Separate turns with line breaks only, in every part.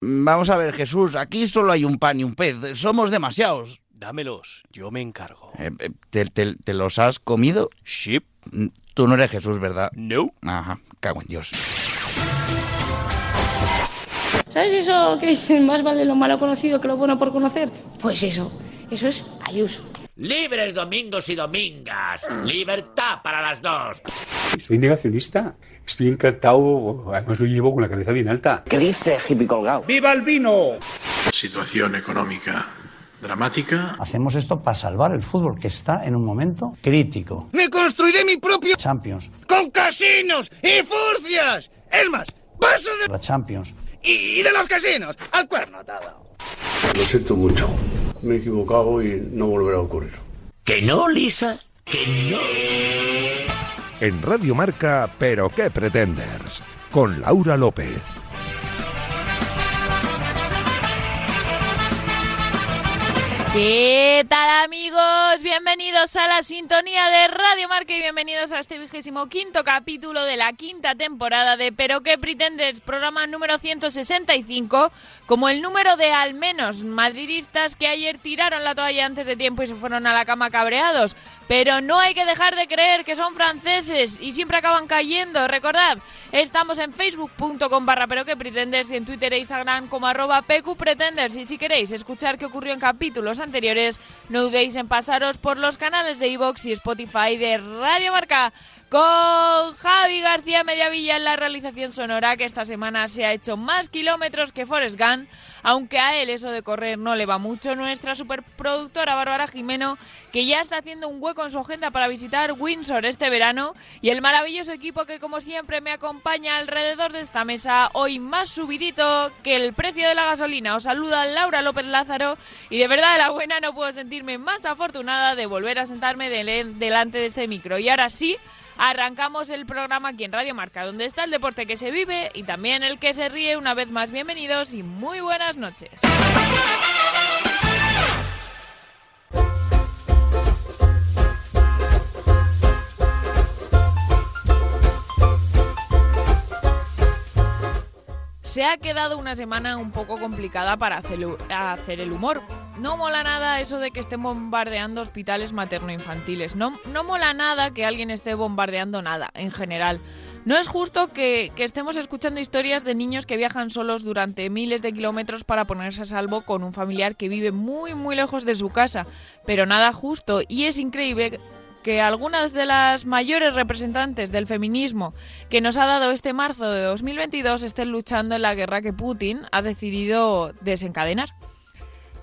Mm, Vamos a ver, Jesús, aquí solo hay un pan y un pez. Somos demasiados.
Dámelos, yo me encargo.
Eh, eh, ¿Te, te, te los has comido? Mm,
Ship,
Tú no eres Jesús, ¿verdad?
no.
Ajá, cago en Dios.
¿Sabes eso que dicen más vale lo malo conocido que lo bueno por conocer? Pues eso, eso es Ayuso.
Libres domingos y domingas. Libertad para las dos.
Soy negacionista. Estoy encantado, además lo llevo con la cabeza bien alta.
¿Qué dice, hippie colgado?
Situación económica dramática.
Hacemos esto para salvar el fútbol que está en un momento crítico.
Me construiré mi propio
Champions,
con casinos y furcias. Es más, paso de...
la Champions.
Y, y de los casinos al cuerno atado.
Lo siento mucho. Me he equivocado y no volverá a ocurrir.
¿Que no, Lisa? ¿Que no?
En Radio Marca, Pero qué pretenders, con Laura López.
¿Qué tal amigos? Bienvenidos a la sintonía de Radio Marca y bienvenidos a este vigésimo quinto capítulo de la quinta temporada de Pero qué pretendes, programa número 165, como el número de al menos madridistas que ayer tiraron la toalla antes de tiempo y se fueron a la cama cabreados. Pero no hay que dejar de creer que son franceses y siempre acaban cayendo. Recordad, estamos en facebook.com barra pero que pretenders y en Twitter e Instagram como arroba pqpretenders. Y si queréis escuchar qué ocurrió en capítulos anteriores, no dudéis en pasaros por los canales de iVoox y Spotify de Radio Marca. Con Javi García Mediavilla en la realización sonora, que esta semana se ha hecho más kilómetros que Forrest Gump, aunque a él eso de correr no le va mucho, nuestra superproductora Bárbara Jimeno, que ya está haciendo un hueco en su agenda para visitar Windsor este verano, y el maravilloso equipo que como siempre me acompaña alrededor de esta mesa, hoy más subidito que el precio de la gasolina. Os saluda Laura López Lázaro, y de verdad de la buena no puedo sentirme más afortunada de volver a sentarme dele- delante de este micro. Y ahora sí... Arrancamos el programa aquí en Radio Marca, donde está el deporte que se vive y también el que se ríe. Una vez más, bienvenidos y muy buenas noches. Se ha quedado una semana un poco complicada para hacer el- hacer el humor. No mola nada eso de que estén bombardeando hospitales materno-infantiles. No, no mola nada que alguien esté bombardeando nada, en general. No es justo que, que estemos escuchando historias de niños que viajan solos durante miles de kilómetros para ponerse a salvo con un familiar que vive muy, muy lejos de su casa. Pero nada justo. Y es increíble que algunas de las mayores representantes del feminismo que nos ha dado este marzo de 2022 estén luchando en la guerra que Putin ha decidido desencadenar.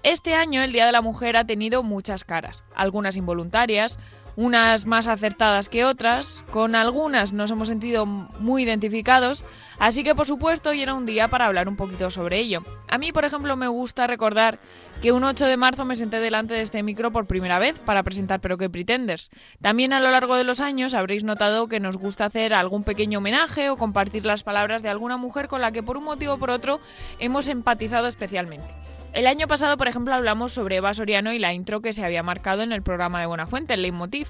Este año el Día de la Mujer ha tenido muchas caras, algunas involuntarias, unas más acertadas que otras, con algunas nos hemos sentido muy identificados, así que por supuesto hoy era un día para hablar un poquito sobre ello. A mí, por ejemplo, me gusta recordar que un 8 de marzo me senté delante de este micro por primera vez para presentar Pero qué pretendes. También a lo largo de los años habréis notado que nos gusta hacer algún pequeño homenaje o compartir las palabras de alguna mujer con la que por un motivo o por otro hemos empatizado especialmente. El año pasado, por ejemplo, hablamos sobre Eva Soriano y la intro que se había marcado en el programa de Buenafuente, el Leitmotiv.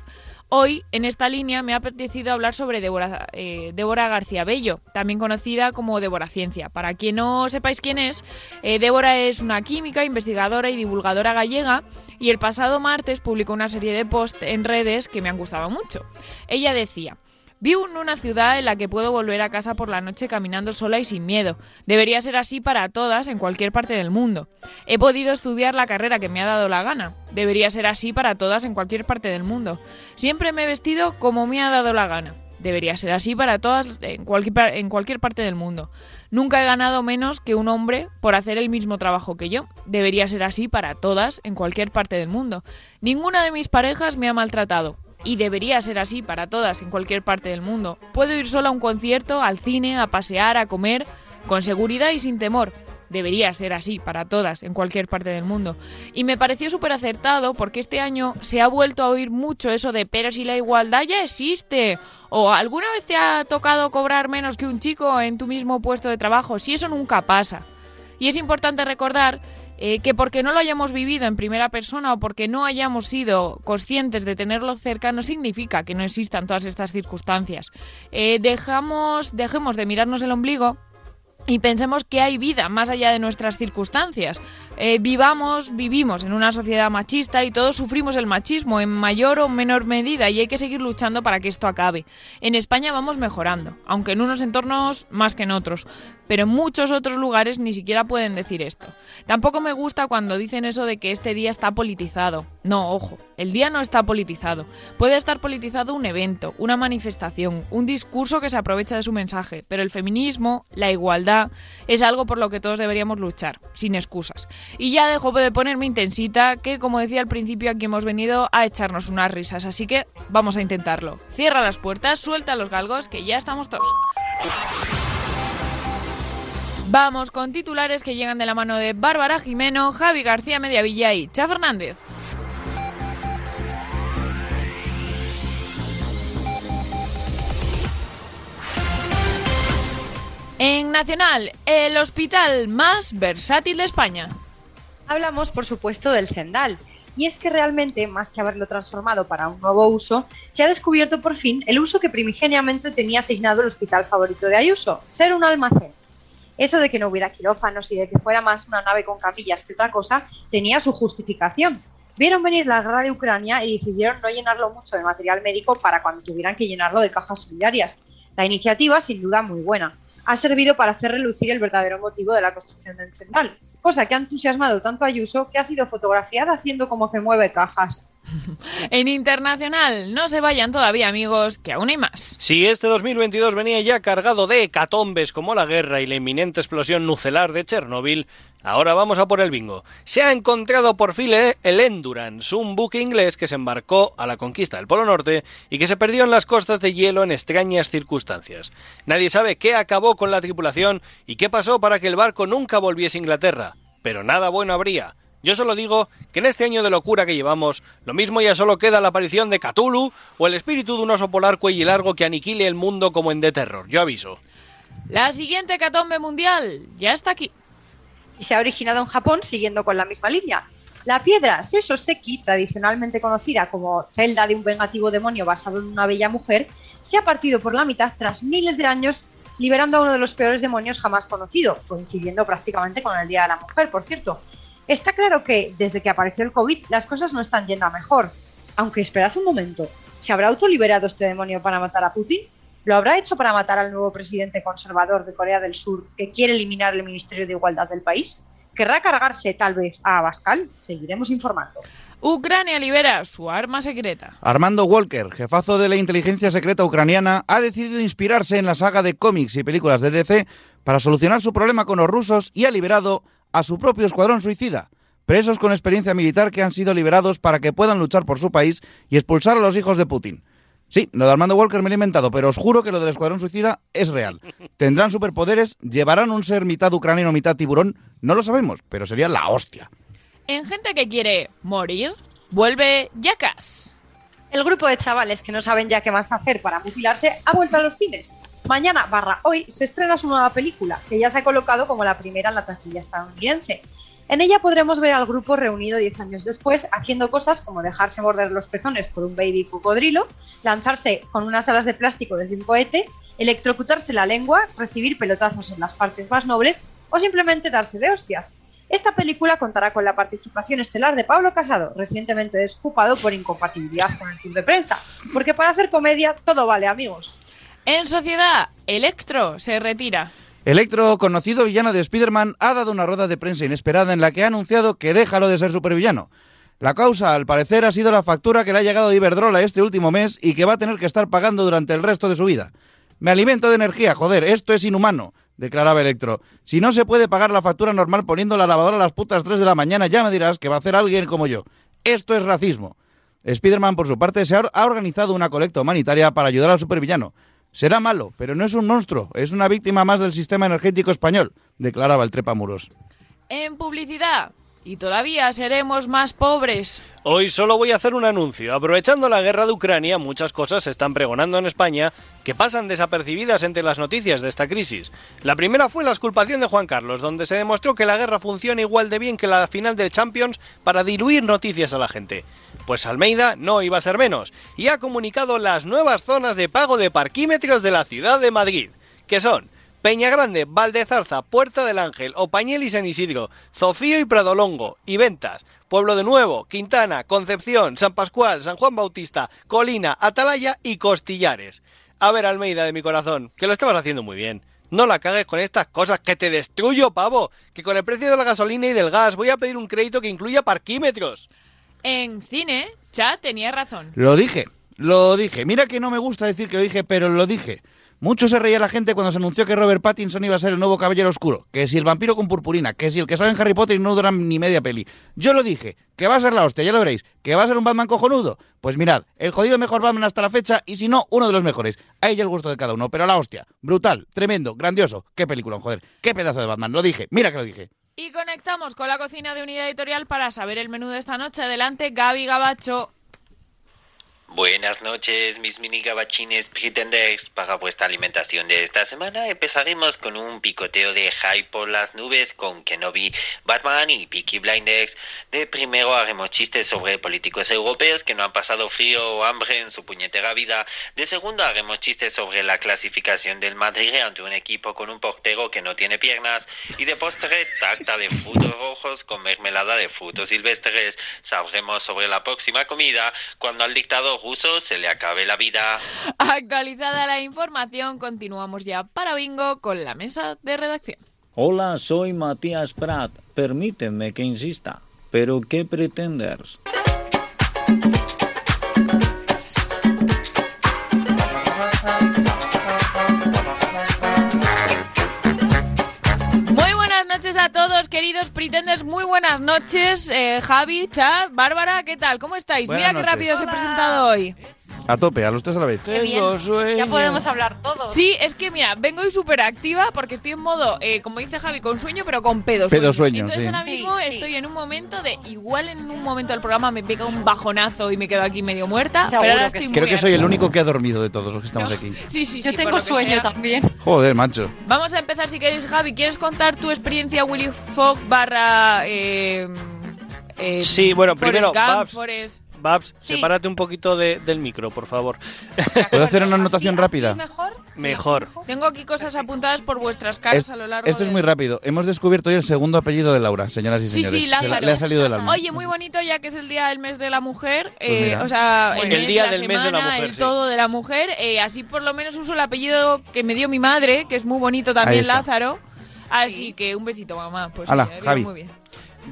Hoy, en esta línea, me ha apetecido hablar sobre Débora, eh, Débora García Bello, también conocida como Débora Ciencia. Para quien no sepáis quién es, eh, Débora es una química, investigadora y divulgadora gallega y el pasado martes publicó una serie de posts en redes que me han gustado mucho. Ella decía... Vivo en una ciudad en la que puedo volver a casa por la noche caminando sola y sin miedo. Debería ser así para todas en cualquier parte del mundo. He podido estudiar la carrera que me ha dado la gana. Debería ser así para todas en cualquier parte del mundo. Siempre me he vestido como me ha dado la gana. Debería ser así para todas en cualquier, par- en cualquier parte del mundo. Nunca he ganado menos que un hombre por hacer el mismo trabajo que yo. Debería ser así para todas en cualquier parte del mundo. Ninguna de mis parejas me ha maltratado y debería ser así para todas en cualquier parte del mundo. Puedo ir sola a un concierto, al cine, a pasear, a comer, con seguridad y sin temor. Debería ser así para todas en cualquier parte del mundo. Y me pareció súper acertado porque este año se ha vuelto a oír mucho eso de pero si la igualdad ya existe. O alguna vez te ha tocado cobrar menos que un chico en tu mismo puesto de trabajo. Si eso nunca pasa. Y es importante recordar eh, que porque no lo hayamos vivido en primera persona o porque no hayamos sido conscientes de tenerlo cerca no significa que no existan todas estas circunstancias. Eh, dejamos, dejemos de mirarnos el ombligo y pensemos que hay vida más allá de nuestras circunstancias. Eh, vivamos, vivimos en una sociedad machista y todos sufrimos el machismo en mayor o menor medida y hay que seguir luchando para que esto acabe. En España vamos mejorando, aunque en unos entornos más que en otros, pero en muchos otros lugares ni siquiera pueden decir esto. Tampoco me gusta cuando dicen eso de que este día está politizado. No, ojo, el día no está politizado. Puede estar politizado un evento, una manifestación, un discurso que se aprovecha de su mensaje, pero el feminismo, la igualdad, es algo por lo que todos deberíamos luchar, sin excusas. Y ya dejo de ponerme intensita, que como decía al principio, aquí hemos venido a echarnos unas risas, así que vamos a intentarlo. Cierra las puertas, suelta los galgos, que ya estamos todos. Vamos con titulares que llegan de la mano de Bárbara Jimeno, Javi García Mediavilla y Cha Fernández. En Nacional, el hospital más versátil de España.
Hablamos, por supuesto, del Zendal. Y es que realmente, más que haberlo transformado para un nuevo uso, se ha descubierto por fin el uso que primigeniamente tenía asignado el hospital favorito de Ayuso, ser un almacén. Eso de que no hubiera quirófanos y de que fuera más una nave con camillas que otra cosa, tenía su justificación. Vieron venir la guerra de Ucrania y decidieron no llenarlo mucho de material médico para cuando tuvieran que llenarlo de cajas solidarias. La iniciativa, sin duda, muy buena ha servido para hacer relucir el verdadero motivo de la construcción del central, cosa que ha entusiasmado tanto a Ayuso que ha sido fotografiada haciendo como que mueve cajas.
En internacional, no se vayan todavía amigos, que aún hay más.
Si este 2022 venía ya cargado de hecatombes como la guerra y la inminente explosión nucelar de Chernóbil, ahora vamos a por el bingo. Se ha encontrado por fin eh, el Endurance, un buque inglés que se embarcó a la conquista del Polo Norte y que se perdió en las costas de hielo en extrañas circunstancias. Nadie sabe qué acabó con la tripulación y qué pasó para que el barco nunca volviese a Inglaterra, pero nada bueno habría. Yo solo digo que en este año de locura que llevamos, lo mismo ya solo queda la aparición de Cthulhu o el espíritu de un oso polar cuello largo que aniquile el mundo como en The Terror. Yo aviso.
La siguiente catombe mundial ya está aquí.
Y se ha originado en Japón siguiendo con la misma línea. La piedra Sesoseki, tradicionalmente conocida como celda de un vengativo demonio basado en una bella mujer, se ha partido por la mitad tras miles de años liberando a uno de los peores demonios jamás conocido, coincidiendo prácticamente con el Día de la Mujer, por cierto. Está claro que desde que apareció el COVID las cosas no están yendo a mejor. Aunque esperad un momento, ¿se habrá autoliberado este demonio para matar a Putin? ¿Lo habrá hecho para matar al nuevo presidente conservador de Corea del Sur que quiere eliminar el Ministerio de Igualdad del país? ¿Querrá cargarse tal vez a Abascal? Seguiremos informando.
Ucrania libera su arma secreta.
Armando Walker, jefazo de la inteligencia secreta ucraniana, ha decidido inspirarse en la saga de cómics y películas de DC para solucionar su problema con los rusos y ha liberado a su propio escuadrón suicida, presos con experiencia militar que han sido liberados para que puedan luchar por su país y expulsar a los hijos de Putin. Sí, lo de Armando Walker me lo he inventado, pero os juro que lo del escuadrón suicida es real. Tendrán superpoderes, llevarán un ser mitad ucraniano, mitad tiburón, no lo sabemos, pero sería la hostia.
En gente que quiere morir, vuelve Jackass.
El grupo de chavales que no saben ya qué más hacer para mutilarse ha vuelto a los cines. Mañana barra hoy se estrena su nueva película, que ya se ha colocado como la primera en la taquilla estadounidense. En ella podremos ver al grupo reunido 10 años después haciendo cosas como dejarse morder los pezones por un baby cocodrilo, lanzarse con unas alas de plástico desde un cohete, electrocutarse la lengua, recibir pelotazos en las partes más nobles o simplemente darse de hostias. Esta película contará con la participación estelar de Pablo Casado, recientemente desculpado por incompatibilidad con el tour de prensa, porque para hacer comedia todo vale, amigos.
En sociedad, Electro se retira.
Electro, conocido villano de Spider-Man, ha dado una rueda de prensa inesperada en la que ha anunciado que déjalo de ser supervillano. La causa, al parecer, ha sido la factura que le ha llegado de Iberdrola este último mes y que va a tener que estar pagando durante el resto de su vida. Me alimento de energía, joder, esto es inhumano, declaraba Electro. Si no se puede pagar la factura normal poniendo la lavadora a las putas 3 de la mañana, ya me dirás que va a hacer alguien como yo. Esto es racismo. Spider-Man, por su parte, se ha organizado una colecta humanitaria para ayudar al supervillano. Será malo, pero no es un monstruo, es una víctima más del sistema energético español, declaraba el Trepamuros.
En publicidad. Y todavía seremos más pobres.
Hoy solo voy a hacer un anuncio. Aprovechando la guerra de Ucrania, muchas cosas se están pregonando en España que pasan desapercibidas entre las noticias de esta crisis. La primera fue la exculpación de Juan Carlos, donde se demostró que la guerra funciona igual de bien que la final del Champions para diluir noticias a la gente. Pues Almeida no iba a ser menos, y ha comunicado las nuevas zonas de pago de parquímetros de la ciudad de Madrid, que son Peña Grande, Valdezarza, Puerta del Ángel, Opañel y San Isidro, Zofío y Pradolongo, y Ventas, Pueblo de Nuevo, Quintana, Concepción, San Pascual, San Juan Bautista, Colina, Atalaya y Costillares. A ver, Almeida de mi corazón, que lo estabas haciendo muy bien. No la cagues con estas cosas, que te destruyo, pavo. Que con el precio de la gasolina y del gas voy a pedir un crédito que incluya parquímetros.
En cine, Cha tenía razón.
Lo dije, lo dije. Mira que no me gusta decir que lo dije, pero lo dije. Mucho se reía la gente cuando se anunció que Robert Pattinson iba a ser el nuevo Caballero Oscuro. Que si el vampiro con purpurina, que si el que sale en Harry Potter y no dura ni media peli. Yo lo dije, que va a ser la hostia, ya lo veréis. Que va a ser un Batman cojonudo. Pues mirad, el jodido mejor Batman hasta la fecha y si no, uno de los mejores. Ahí ya el gusto de cada uno, pero la hostia. Brutal, tremendo, grandioso. Qué película, joder. Qué pedazo de Batman. Lo dije, mira que lo dije.
Y conectamos con la cocina de Unidad Editorial para saber el menú de esta noche. Adelante, Gaby Gabacho.
Buenas noches, mis mini gabachines pretenders. Para vuestra alimentación de esta semana empezaremos con un picoteo de hype por las nubes con Kenobi, Batman y Peaky Blinders. De primero haremos chistes sobre políticos europeos que no han pasado frío o hambre en su puñetera vida. De segundo haremos chistes sobre la clasificación del Madrid ante un equipo con un portero que no tiene piernas. Y de postre, tarta de frutos rojos con mermelada de frutos silvestres. Sabremos sobre la próxima comida cuando al dictador ruso se le acabe la vida.
Actualizada la información, continuamos ya para Bingo con la mesa de redacción.
Hola, soy Matías Prat. Permíteme que insista. ¿Pero qué pretendes?
Muy buenas noches a todos, queridos pretenders. Muy buenas noches, eh, Javi, Chad, Bárbara, ¿qué tal? ¿Cómo estáis?
Buenas
Mira
noches.
qué rápido se ha presentado hoy.
A tope, a los tres a la vez.
Ya podemos hablar todos. Sí, es que mira, vengo hoy súper activa porque estoy en modo, eh, como dice Javi, con sueño, pero con pedo sueño.
Pedosueño,
Entonces
sí.
ahora mismo estoy en un momento de, igual en un momento del programa me pega un bajonazo y me quedo aquí medio muerta, pero ahora estoy muy
Creo que soy el
activa.
único que ha dormido de todos los que estamos aquí.
Sí, sí,
Yo
sí,
tengo
por lo que
sueño
sea.
Joder, macho.
Vamos a empezar si queréis, Javi. ¿Quieres contar tu experiencia Willy Fogg barra... eh, eh,
Sí, bueno,
Forrest
primero,
Gump,
Babs.
Forrest-
Babs,
Sí.
sepárate un poquito de- del micro, por favor.
¿Puedo hacer una anotación rápida?
Mejor.
Tengo aquí cosas apuntadas por vuestras caras
Es-
a lo largo
esto es
del-
muy rápido. Hemos descubierto hoy el segundo apellido de Laura, señoras y
Sí,
señores.
sí,
Se la-
Lázaro.
le ha salido del alma.
Oye, muy bonito ya que es el día del mes de la mujer. eh,
mira.
o sea,
Muy
el,
bien.
mes,
El día
la
del
semana,
mes de la mujer,
El
sí.
todo de la mujer. eh, así por lo menos uso el apellido que me dio mi madre, que es muy bonito también,
está.
Lázaro. Así que un besito, mamá. Pues
Hala,
mira, bien,
Javi.
muy bien.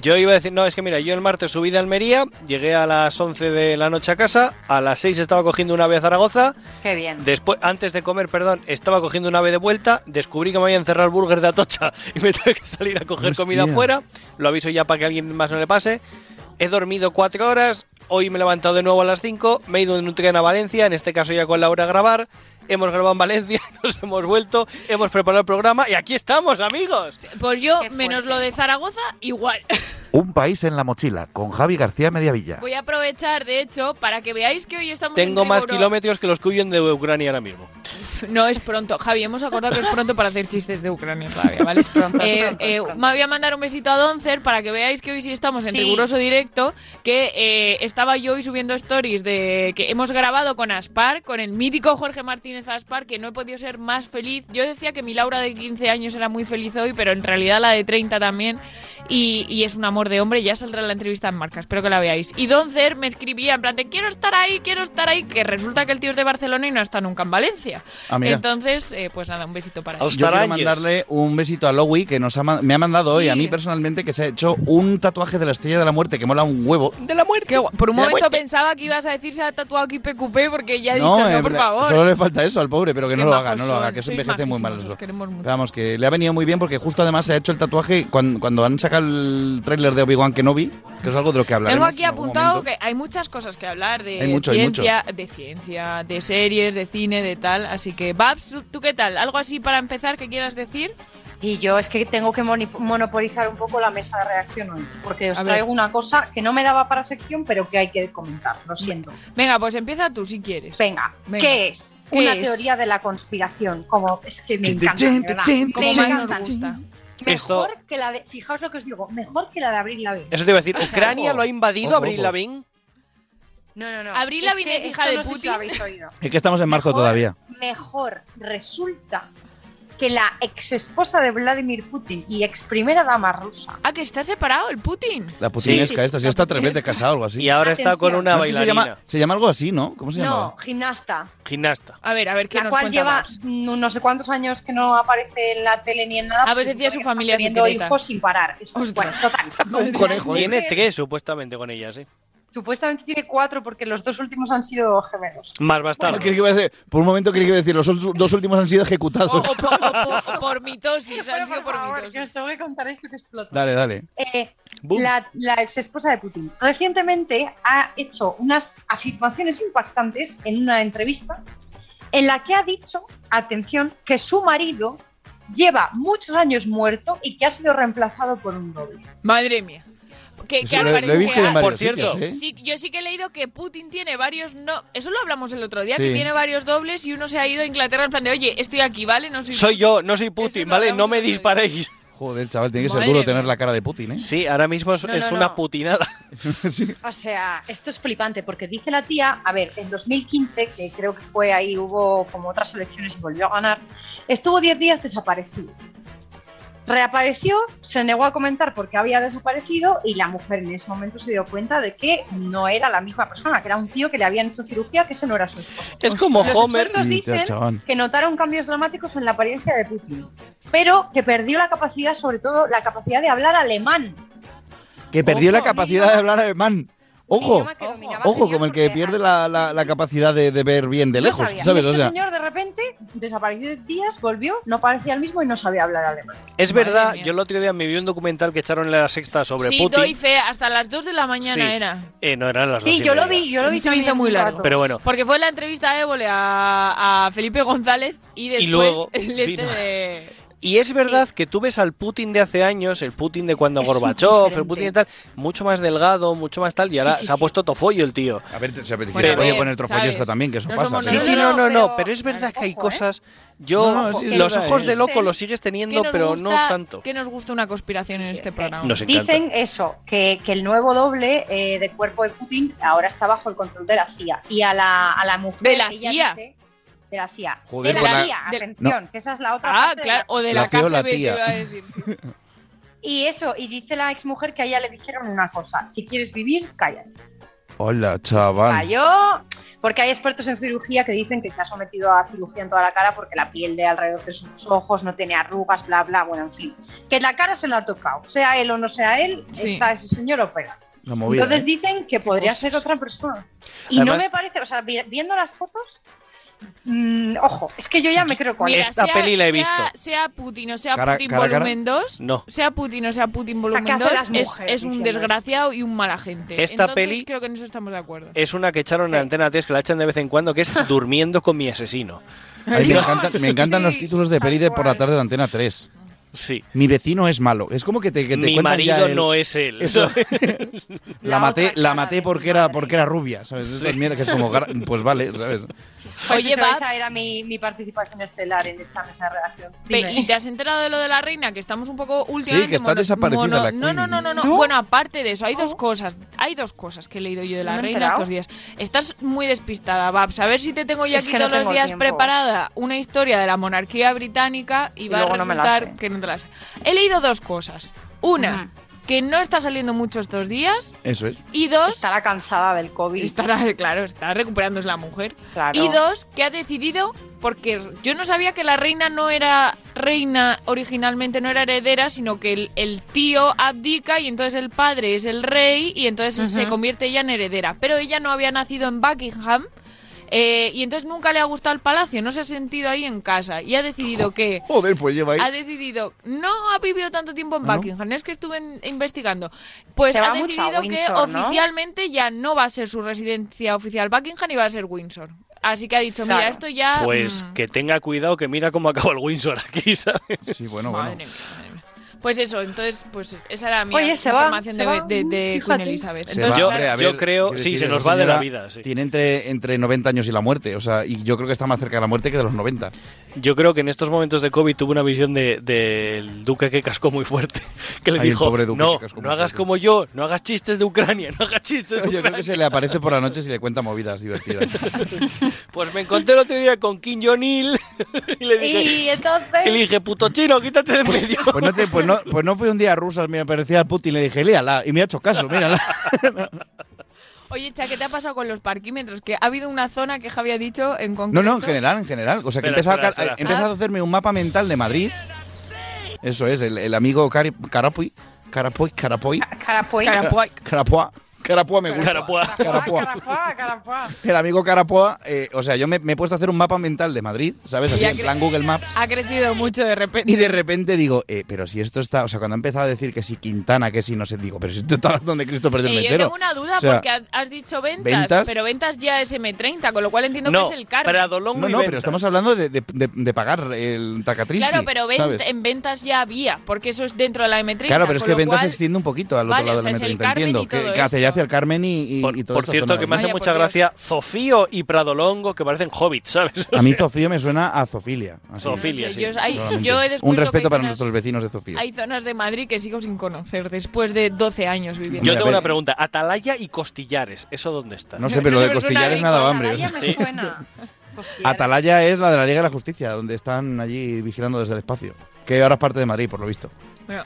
Yo iba a decir, no, es que mira, yo el martes subí de Almería, llegué a las 11 de la noche a casa, a las 6 estaba cogiendo un ave a Zaragoza,
Qué bien.
después, antes de comer, perdón, estaba cogiendo un ave de vuelta, descubrí que me habían cerrado el burger de Atocha y me tuve que salir a coger
Hostia.
comida afuera, lo aviso ya para que a alguien más no le pase, he dormido 4 horas, hoy me he levantado de nuevo a las 5, me he ido en un tren a Valencia, en este caso ya con Laura a grabar, hemos grabado en Valencia, nos hemos vuelto, hemos preparado el programa y aquí estamos, amigos.
Pues yo, menos lo de Zaragoza, igual.
Un país en la mochila, con Javi García Mediavilla.
Voy a aprovechar, de hecho, para que veáis que hoy estamos en
Tengo más
rigoro-
kilómetros que los que huyen de Ucrania ahora mismo.
No es pronto. Javi, hemos acordado que es pronto para hacer chistes de Ucrania todavía, ¿vale? Eh, eh, Me voy a mandar un besito a Doncer para que veáis que hoy sí estamos en
Sí.
riguroso directo, que eh, estaba yo hoy subiendo stories de que hemos grabado con Aspar, con el mítico Jorge Martínez Aspar, que no he podido ser más feliz. Yo decía que mi Laura de 15 años era muy feliz hoy, pero en realidad la de 30 también. Y, y es un amor de hombre, ya saldrá la entrevista en marca, espero que la veáis. Y Doncer me escribía en plan, de, quiero estar ahí, quiero estar ahí, que resulta que el tío es de Barcelona y no está nunca en Valencia.
Ah, mira.
Entonces, eh, pues nada, un besito para él.
Yo quiero mandarle un besito a Lowy que nos ha ma- me ha mandado hoy
Sí.
a mí personalmente que se ha hecho un tatuaje de la estrella de la muerte que mola un huevo.
De la muerte.
por un
De la
momento
muerte.
pensaba que ibas a decir se ha tatuado aquí PQP porque ya he dicho, no,
eh,
por favor.
Solo le falta eso al pobre, pero que
Qué
no lo haga, no
majos
lo haga,
son,
que eso
sois
envejece muy mal
majísimos,
eso.
os queremos mucho.
Pero Vamos, que le ha venido muy bien porque justo además se ha hecho el tatuaje cuando, cuando han sacado el tráiler de Obi-Wan Kenobi, que es algo de lo que hablaremos.
Tengo aquí
en algún
apuntado
momento.
que hay muchas cosas que hablar de
Hay mucho, hay
ciencia, de ciencia, de series, de cine, de tal. Así que, Babs, ¿tú qué tal? ¿Algo así para empezar que quieras decir?
Y yo es que tengo que moni- monopolizar un poco la mesa de reacción hoy, porque os
A ver.
traigo una cosa que no me daba para sección, pero que hay que comentar, lo siento.
Venga, pues empieza tú si quieres.
Venga,
Venga.
¿qué es?
¿Qué
una
es?
teoría de la conspiración, como es que me
Chin,
encanta,
chin,
de verdad.
chin,
Me
chin, chin,
encanta.
chin.
Esto,
Mejor que la de, fijaos lo que os digo, mejor que la de Abril Lavigne.
eso te iba a decir, Ucrania
Ojo.
lo ha invadido
Ojo,
Abril
ojo.
Lavín.
No, no, no.
Avril
Es
Lavigne
que
es hija
esto
de
no sé si
Putin.
lo habéis oído.
Es que estamos en marzo todavía.
Mejor resulta que la ex esposa de Vladimir Putin y ex primera dama rusa.
Ah, que está separado el Putin.
La putinesca esta, si ya está tres veces casada o algo así.
Y ahora está con una
No, es que se
bailarina.
llama, se llama algo así, ¿no? ¿Cómo se
No,
llama?
gimnasta.
Gimnasta.
A ver, a ver qué
La
nos
cual
cuenta
lleva
Babs.
no no sé cuántos años que no aparece en la tele ni en nada.
A ver
porque
si Ah, pues decía su
supone que está
familia
teniendo
secreta.
hijos sin parar. Eso, bueno, total.
¿eh?
Tiene tres supuestamente con ella, sí.
Supuestamente tiene cuatro porque los dos últimos han sido gemelos.
Más
Ah,
bastardo.
creí que iba a ser- por un momento creí que iba a decir, los ul- dos últimos han sido ejecutados.
Oh,
Por, por mitosis, han sido por mitosis.
os tengo que contar esto que explota.
dale, dale.
Eh, la, la ex esposa de Putin recientemente ha hecho unas afirmaciones impactantes en una entrevista en la que ha dicho, atención, que su marido lleva muchos años muerto y que ha sido reemplazado por un doble.
Madre mía.
Eh,
Que,
Eso
que al
lo he- lo he
parecer
visto
que-
en
ah,
varios sitios, ¿eh?
sí, yo sí que he leído que Putin tiene varios no, eso lo hablamos el otro día,
Sí.
que tiene varios dobles y uno se ha ido a Inglaterra en plan de, "Oye, estoy aquí, ¿vale? No soy
Soy yo, no soy Putin, ¿vale? No me disparéis.
Joder, chaval, tiene que ser
Madre
duro tener la cara de Putin, ¿eh?
Sí, ahora mismo es,
No,
es
no,
una
no.
putinada.
O sea, esto es flipante porque dice la tía, a ver, en 2015, que creo que fue ahí, hubo como otras elecciones y volvió a ganar, estuvo 10 días desaparecido. Reapareció, se negó a comentar porque había desaparecido y la mujer en ese momento se dio cuenta de que no era la misma persona, que era un tío que le habían hecho cirugía, que ese no era su esposo.
Es como
Los
Homer.
expertos
Hostia,
dicen
chabón.
que notaron cambios dramáticos en la apariencia de Putin, pero que perdió la capacidad, sobre todo la capacidad de hablar alemán.
Que perdió la capacidad de hablar alemán. Ojo,
idioma que dominaba
ojo,
mejor
como el que
porque ah,
pierde la, la- la capacidad de, de ver bien de
No
lejos,
sabía.
¿sabes?
Y
O
este
sea,
señor de repente desapareció de días, volvió, no parecía el mismo y no sabía hablar alemán.
Es verdad, yo el otro día me vi un documental que echaron en la sexta sobre
Sí,
Putin.
doy fe, hasta las 2 de la mañana
Sí.
era.
Eh, no eran las dos
Sí,
y
yo lo
media.
vi, yo lo vi. Se me hizo muy largo.
Pero bueno.
Porque fue la entrevista de Évole a, a Felipe González y después
luego
el este
vino.
de...
Y es verdad que tú ves al Putin de hace años, el Putin de cuando
Es
Gorbachev, el
diferente.
Putin de tal, mucho más delgado, mucho más tal, y ahora
Sí, sí,
se ha
sí.
puesto tofollo el tío.
A ver, se,
Pero-
se puede poner trofollo esto también, que eso pasa.
Sí,
pero-
sí, no, no, no, pero es verdad que hay cosas. Yo,
No, no, sí, es
los
verdad,
ojos
¿eh?
de loco los
Que
sigues teniendo,
nos
pero
gusta-
no tanto.
Que nos gusta una conspiración en este programa.
Nos encanta.
Dicen eso, que, que el nuevo doble eh, de cuerpo de Putin ahora está bajo el control de la CIA. Y a la, a la mujer.
De la
que ella
CIA.
dice- de la CIA.
Joder,
de
con
la,
la-
CIA,
del-
atención,
no.
que esa es la otra.
Ah,
parte de
claro, o de la,
La CEO, la
KGB, te
tía.
iba a decir.
Y eso, y dice la exmujer que a ella le dijeron una cosa: si quieres vivir, cállate.
Hola, chaval.
cayó. Porque hay expertos en cirugía que dicen que se ha sometido a cirugía en toda la cara porque la piel de alrededor de sus ojos no tiene arrugas, bla, bla, bueno, en fin. Que la cara se la ha tocado, sea él o no sea él,
Sí.
está ese señor opera.
La movida.
Entonces
¿eh?
dicen que
Pues
podría ser otra persona. Y
Además-
no me parece, o sea, vi- viendo las fotos, mm, ojo, es que yo ya me creo cuál
Mira,
es.
sea- sea- Sea Putin o sea
Cara-
Putin
cara a cara.
volumen 2,
No.
sea Putin o sea Putin
sea, ¿qué
volumen 2,
hacen las
es,
mujeres
es un
diciendo
desgraciado y un mala gente.
Esta
Entonces,
peli-
creo que en eso estamos de acuerdo.
Es una que echaron en Antena 3 que la echan de vez en cuando, que es Durmiendo con mi asesino.
Ay, me encantan, me encantan los títulos de peli de por la tarde de Antena 3.
Sí.
Mi vecino es malo. Es como que te, que te
Mi
cuentan ya
marido
el-
no es él.
Eso. la,
La
maté, la maté porque era, porque era rubia, ¿sabes? Esas mierdas que es como, gra- pues vale, ¿sabes?
Oye,
Oye,
Babs.
esa era mi, mi participación estelar en esta mesa de redacción.
Pe-
Dime.
¿Y te has enterado de lo de la reina? Que estamos un poco últimamente...
que está desaparecida la
no, no, no, no, no.
¿No?
Bueno, aparte de eso, hay dos cosas. Hay dos cosas que he leído yo de la
No me he
reina
enterado.
estos días. Estás muy despistada, Babs. A ver si te tengo ya
Es
aquí
que no
todos los
tengo
días
tiempo.
preparada una historia de la monarquía británica y,
Y
va a
luego no me la
resultar
sé.
que no te la sé. He leído dos cosas. Una, que no está saliendo mucho estos días.
Eso es.
Y dos...
Estará cansada del COVID.
Estará, claro, está recuperándose la mujer.
Claro.
Y dos, que ha decidido, porque yo no sabía que la reina no era reina originalmente, no era heredera, sino que el, el tío abdica y entonces el padre es el rey y entonces se convierte ella en heredera. Pero ella no había nacido en Buckingham. eh, y entonces nunca le ha gustado el palacio, no se ha sentido ahí en casa y ha decidido que
Joder, pues lleva ahí.
ha decidido, no ha vivido tanto tiempo en
Ah, ¿no?
Buckingham, es que estuve en- e investigando. Pues
Se
ha
va mucho a
decidido que
Windsor, ¿no?
oficialmente ya no va a ser su residencia oficial Buckingham y va a ser Windsor. Así que ha dicho, mira,
Claro.
esto ya...
Pues
mm,
que tenga cuidado, que mira cómo acabó el Windsor aquí, ¿sabes?
Sí, bueno,
madre mía, madre mía. Pues eso, entonces, pues esa era mi
Oye, se va,
información
se
de,
va,
de- de
fíjate.
Queen Elizabeth.
Se
Entonces,
va,
Yo-
hombre, a
yo
ver,
creo-
quiero
sí,
decir,
se nos
esa
va de la
señora
vida, sí.
Tiene entre, entre 90 años y la muerte, o sea, y yo creo que está más cerca de la muerte que de los 90.
Yo creo que en estos momentos de COVID tuvo una visión de- del duque que cascó muy fuerte, que le
Ay, el
dijo,
pobre duque
no,
que cascó
no
muy
hagas como yo, no hagas chistes de Ucrania, no hagas chistes
Yo
de
creo
Ucrania.
que se le aparece por la noche y le cuenta movidas divertidas.
Pues me encontré el otro día con Kim Jong-il y le dije,
Y entonces.
y le dije, puto chino, quítate de en medio.
Pues no, te- pues no, pues no fui un día a rusas, me aparecía Putin y le dije, líala. Y me ha hecho caso, mírala.
Oye, Cha, ¿qué te ha pasado con los parquímetros? Que ha habido una zona que Javi ha dicho en concreto.
No, no, en general, en general. O sea, que
Espera,
empezaba
espera,
a ca-
espera.
he empezado a hacerme un mapa mental de Madrid. Eso es, el, el amigo Cari- Carapuy. Carapuy, Carapuy.
Carapoy.
Carapuay.
Carapua. Carapua me gusta.
Carapua.
Carapua.
Ah,
El amigo Carapua, eh, o sea, yo me, me he puesto a hacer un mapa mental de Madrid, ¿sabes? Así
Ya
en
que- Ah,
plan Google Maps.
Ha crecido mucho de repente.
Y de repente digo, eh, pero si esto está. O sea, cuando ha empezado a decir que si Quintana, que si no sé, digo, pero si esto está donde Cristo perdió el
Eh, yo
mechero.
tengo una duda
O sea,
porque has- has dicho ventas,
¿ventas?
pero ventas ya es M30, con lo cual entiendo
No,
que es el cargo.
Pradolongo
No,
y
no, pero
ventas.
estamos hablando de, de- de- de pagar el tacatriz.
Claro, pero ven- en ventas ya había, porque eso es dentro de la M30.
Claro, pero es
con
que
lo
ventas se
cual-
extiende un poquito al
Vale,
otro lado
o sea,
de
es
la
el
M30,
Carmen y
entiendo. Que,
todo
que hace ya
esto.
hacia el Carmen y, y, y toda
Por
esta
cierto,
zona
que
de
me hace
Vaya, por
mucha
Dios.
gracia Zofío y Pradolongo, que parecen hobbits, ¿sabes?
A mí Zofío me suena a Zofilia. así,
No sé,
Zofilia, sí.
yo, hay-
solamente.
yo he
Un
descubierto que hay
respeto para
zonas-
nuestros vecinos de Zofío.
Hay zonas de Madrid que sigo sin conocer después de 12 años viviendo.
Yo
Mira,
tengo
a ver.
una pregunta. Atalaya y costillares, ¿eso dónde está?
No sé, pero lo de
no se me suena
Costillares
rico,
me ha dado hambre.
Atalaya me
Sí.
suena. Pues Hostia,
Atalaya es la de la Liga de la Justicia, donde están allí vigilando desde el espacio. Que ahora es parte de Madrid, por lo visto.
Bueno,